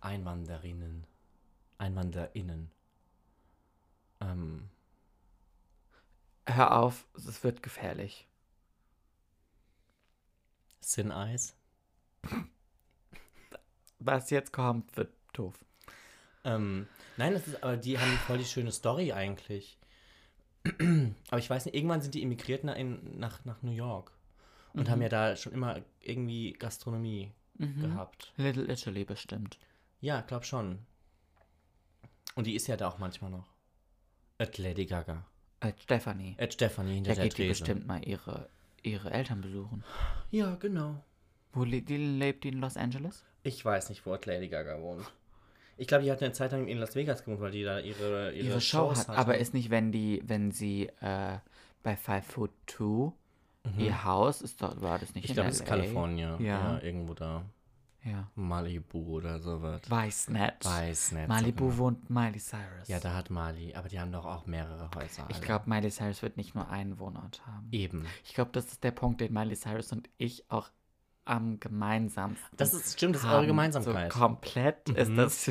S2: Einwanderinnen. EinwanderInnen. Ähm,
S1: Hör auf, es wird gefährlich.
S2: Sin Eyes.
S1: Was jetzt kommt, wird doof.
S2: Ähm, nein, das ist, aber die haben voll die schöne Story eigentlich. Aber ich weiß nicht, irgendwann sind die emigriert nach, in, nach, nach New York. und
S1: Mhm.
S2: haben ja da schon immer irgendwie Gastronomie gehabt.
S1: Little Italy bestimmt.
S2: Ja, glaub schon. Und die ist ja da auch manchmal noch. At Lady Gaga.
S1: Äh, Stephanie.
S2: At Stephanie hinter
S1: da
S2: der
S1: geht die
S2: Theke.
S1: bestimmt mal ihre, ihre Eltern besuchen.
S2: Ja, genau.
S1: Wo le die lebt die in Los Angeles?
S2: Ich weiß nicht, wo At Lady Gaga wohnt. Ich glaube, die hat eine Zeit lang in Las Vegas gewohnt, weil die da ihre, ihre,
S1: Ihre, Show
S2: Shows halt, ne?
S1: hat.
S2: hatte.
S1: Aber ist nicht, wenn die, wenn sie äh, bei Five Foot Two ihr Haus ist dort, war das nicht
S2: Mhm. ich
S1: in
S2: glaube, das ist
S1: LA?
S2: Kalifornien.
S1: Ja.
S2: ja, irgendwo da.
S1: Ja.
S2: Malibu oder sowas.
S1: Weiß nicht.
S2: Weiß nicht. so
S1: Malibu
S2: genau.
S1: wohnt Miley Cyrus.
S2: Ja, da hat Mali, aber die haben doch auch mehrere Häuser.
S1: ich
S2: alle.
S1: glaube, Miley Cyrus wird nicht nur einen Wohnort haben.
S2: Eben.
S1: Ich glaube, das ist der Punkt, den Miley Cyrus und ich auch am gemeinsamsten.
S2: Das ist stimmt, das ist eure
S1: haben.
S2: Gemeinsamkeit.
S1: So
S2: Mhm.
S1: komplett ist das,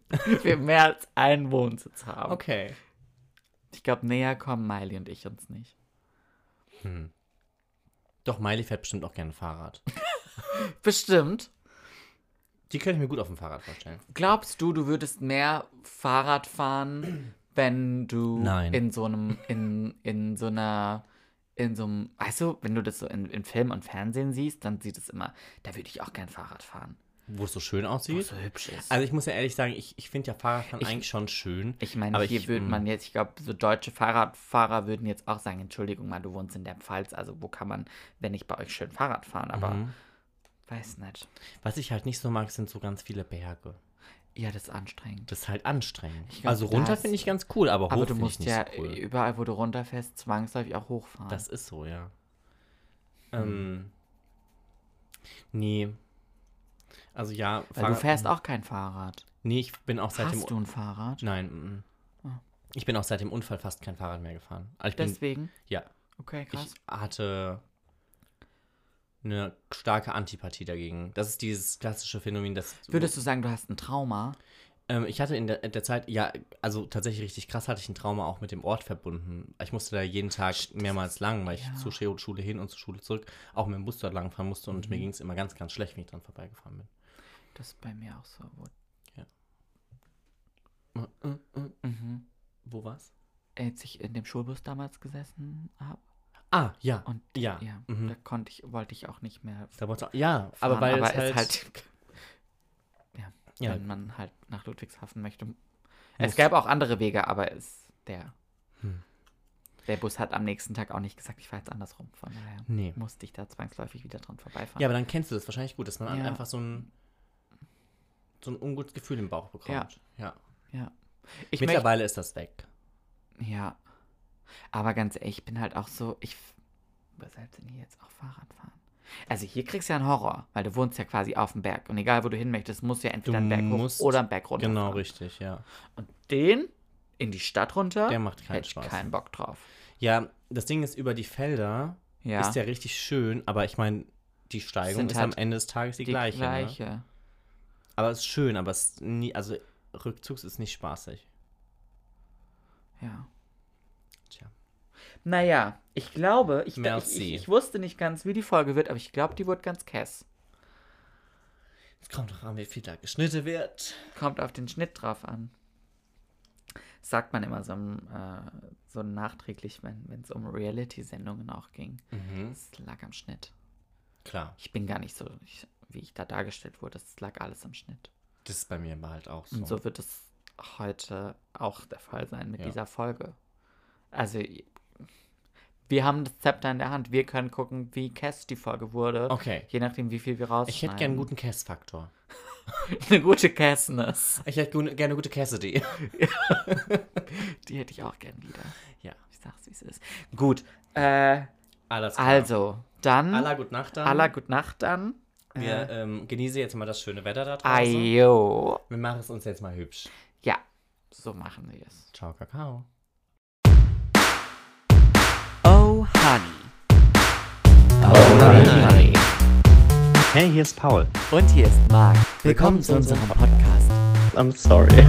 S1: wir mehr als einen Wohnsitz haben.
S2: okay.
S1: Ich glaube, näher kommen Miley und ich uns nicht.
S2: Doch, Miley fährt bestimmt auch gerne Fahrrad.
S1: Bestimmt.
S2: Die könnte ich mir gut auf dem Fahrrad vorstellen.
S1: Glaubst du, du würdest mehr Fahrrad fahren, wenn du
S2: Nein.
S1: in so einem, in, in so einer, in so einem, weißt du, wenn du das so in, in Film und Fernsehen siehst, dann sieht es immer, da würde ich auch gern Fahrrad fahren.
S2: Wo es so schön
S1: Wo
S2: aussieht.
S1: es so hübsch ist.
S2: Also ich muss ja ehrlich sagen, ich, ich finde ja Fahrradfahren eigentlich schon schön.
S1: Ich meine,
S2: aber
S1: hier
S2: ich,
S1: würde
S2: mm,
S1: man jetzt, ich glaube, so deutsche Fahrradfahrer würden jetzt auch sagen, Entschuldigung mal, du wohnst in der Pfalz, also wo kann man, wenn nicht bei euch schön Fahrrad fahren, aber
S2: Mhm.
S1: weiß nicht.
S2: Was ich halt nicht so mag, sind so ganz viele Berge.
S1: Ja, das ist anstrengend.
S2: Das ist halt anstrengend.
S1: glaub,
S2: also runter
S1: das-
S2: finde ich ganz cool, aber hoch
S1: aber du
S2: finde ich
S1: musst
S2: nicht
S1: ja
S2: so cool.
S1: überall, wo du runterfährst, zwangsläufig auch hochfahren.
S2: Das ist so, ja. Ähm, nee. Also ja,
S1: Weil du fährst auch kein Fahrrad.
S2: Nee, ich bin auch seit dem
S1: Hast du ein Fahrrad?
S2: Nein. mm. Ich bin auch seit dem Unfall fast kein Fahrrad mehr gefahren. Also ich bin,
S1: Deswegen?
S2: ja,
S1: Okay, krass.
S2: ich hatte eine starke Antipathie dagegen. Das ist dieses klassische Phänomen, dass
S1: Würdest du sagen, du hast ein Trauma?
S2: ähm, ich hatte in der, in der Zeit ja, also tatsächlich richtig krass hatte ich ein Trauma auch mit dem Ort verbunden. Ich musste da jeden Tag mehrmals lang, weil ich zur Sche- Schule hin und zur Schule zurück auch mit dem Bus dort lang fahren musste und
S1: Mhm.
S2: mir ging es immer ganz, ganz schlecht, wenn ich dran vorbeigefahren bin.
S1: Das ist bei mir auch so. Wo,
S2: Äh, Wo war's?
S1: Mhm. als ich in dem Schulbus damals gesessen habe
S2: Ah, ja.
S1: und
S2: ja.
S1: ja,
S2: mhm.
S1: da konnte ich, wollte ich auch nicht mehr
S2: Da wollte ja,
S1: fahren,
S2: aber weil
S1: aber
S2: es halt,
S1: ja,
S2: Ja.
S1: wenn man halt nach Ludwigshafen möchte. Es gäbe auch andere Wege, aber es der
S2: Hm.
S1: der Bus hat am nächsten Tag auch nicht gesagt, ich fahre jetzt andersrum. Von daher
S2: Nee.
S1: musste ich da zwangsläufig wieder dran vorbeifahren.
S2: Ja, aber dann kennst du das wahrscheinlich gut, dass man
S1: Ja.
S2: einfach so ein, so ein ungutes Gefühl im Bauch bekommt. Ja.
S1: ja. Ich möchte
S2: Mittlerweile ist das weg.
S1: Ja. Aber ganz ehrlich, ich bin halt auch so, ich. f- Weshalb denn hier jetzt auch Fahrrad fahren? Also hier kriegst du ja einen Horror, weil du wohnst ja quasi auf dem Berg. Und egal, wo du hin möchtest, musst du ja entweder einen Berg hoch
S2: musst-
S1: oder einen Berg runter.
S2: Genau,
S1: fahren.
S2: richtig, ja.
S1: Und den in die Stadt runter,
S2: Der macht keinen
S1: hätte ich
S2: Spaß.
S1: keinen Bock drauf.
S2: Ja, das Ding ist, über die Felder
S1: Ja.
S2: ist ja richtig schön, aber ich meine, die Steigung
S1: Sind
S2: ist
S1: halt
S2: am Ende des Tages die, gleiche. Ne? Aber es ist schön, aber es ist nie, also Rückzugs ist nicht spaßig.
S1: Ja.
S2: Tja.
S1: Naja, ich glaube, ich, ich,
S2: Merci.
S1: ich, ich wusste nicht ganz, wie die Folge wird, aber ich glaube, die wird ganz kess.
S2: Es kommt doch an, wie viel da geschnitten wird.
S1: Kommt auf den Schnitt drauf an. Sagt man immer so, im, äh, so nachträglich, wenn es um Reality-Sendungen auch ging.
S2: Hm?
S1: Es lag am Schnitt.
S2: Mhm, Klar,
S1: Ich bin gar nicht so, ich, wie ich da dargestellt wurde. Es lag alles am Schnitt.
S2: das ist bei mir aber halt auch so.
S1: Und so wird es heute auch der Fall sein mit
S2: Ja.
S1: dieser Folge. Also, wir haben das Zepter in der Hand. Wir können gucken, wie Cass die Folge wurde.
S2: Okay.
S1: Je nachdem, wie viel wir rausschneiden.
S2: Ich hätte gerne einen guten Cast-Faktor.
S1: eine gute Cassness.
S2: Ich hätte gerne eine gute Cassidy.
S1: Die hätte ich auch gern wieder.
S2: ja.
S1: Ich sag's, wie es ist. Gut. Äh,
S2: Alles klar.
S1: also, dann.
S2: Alla, gute Nacht dann.
S1: Aller Gute Nacht dann.
S2: Wir ähm, genießen jetzt mal das schöne Wetter da draußen.
S1: Ayo.
S2: Wir machen es uns jetzt mal hübsch.
S1: Ja, so machen wir es.
S2: Ciao, Kakao.
S1: Oh, honey. Oh, honey.
S3: Hey, here's Paul.
S1: Und hier ist Marc. Willkommen zu unserem Podcast.
S3: I'm sorry.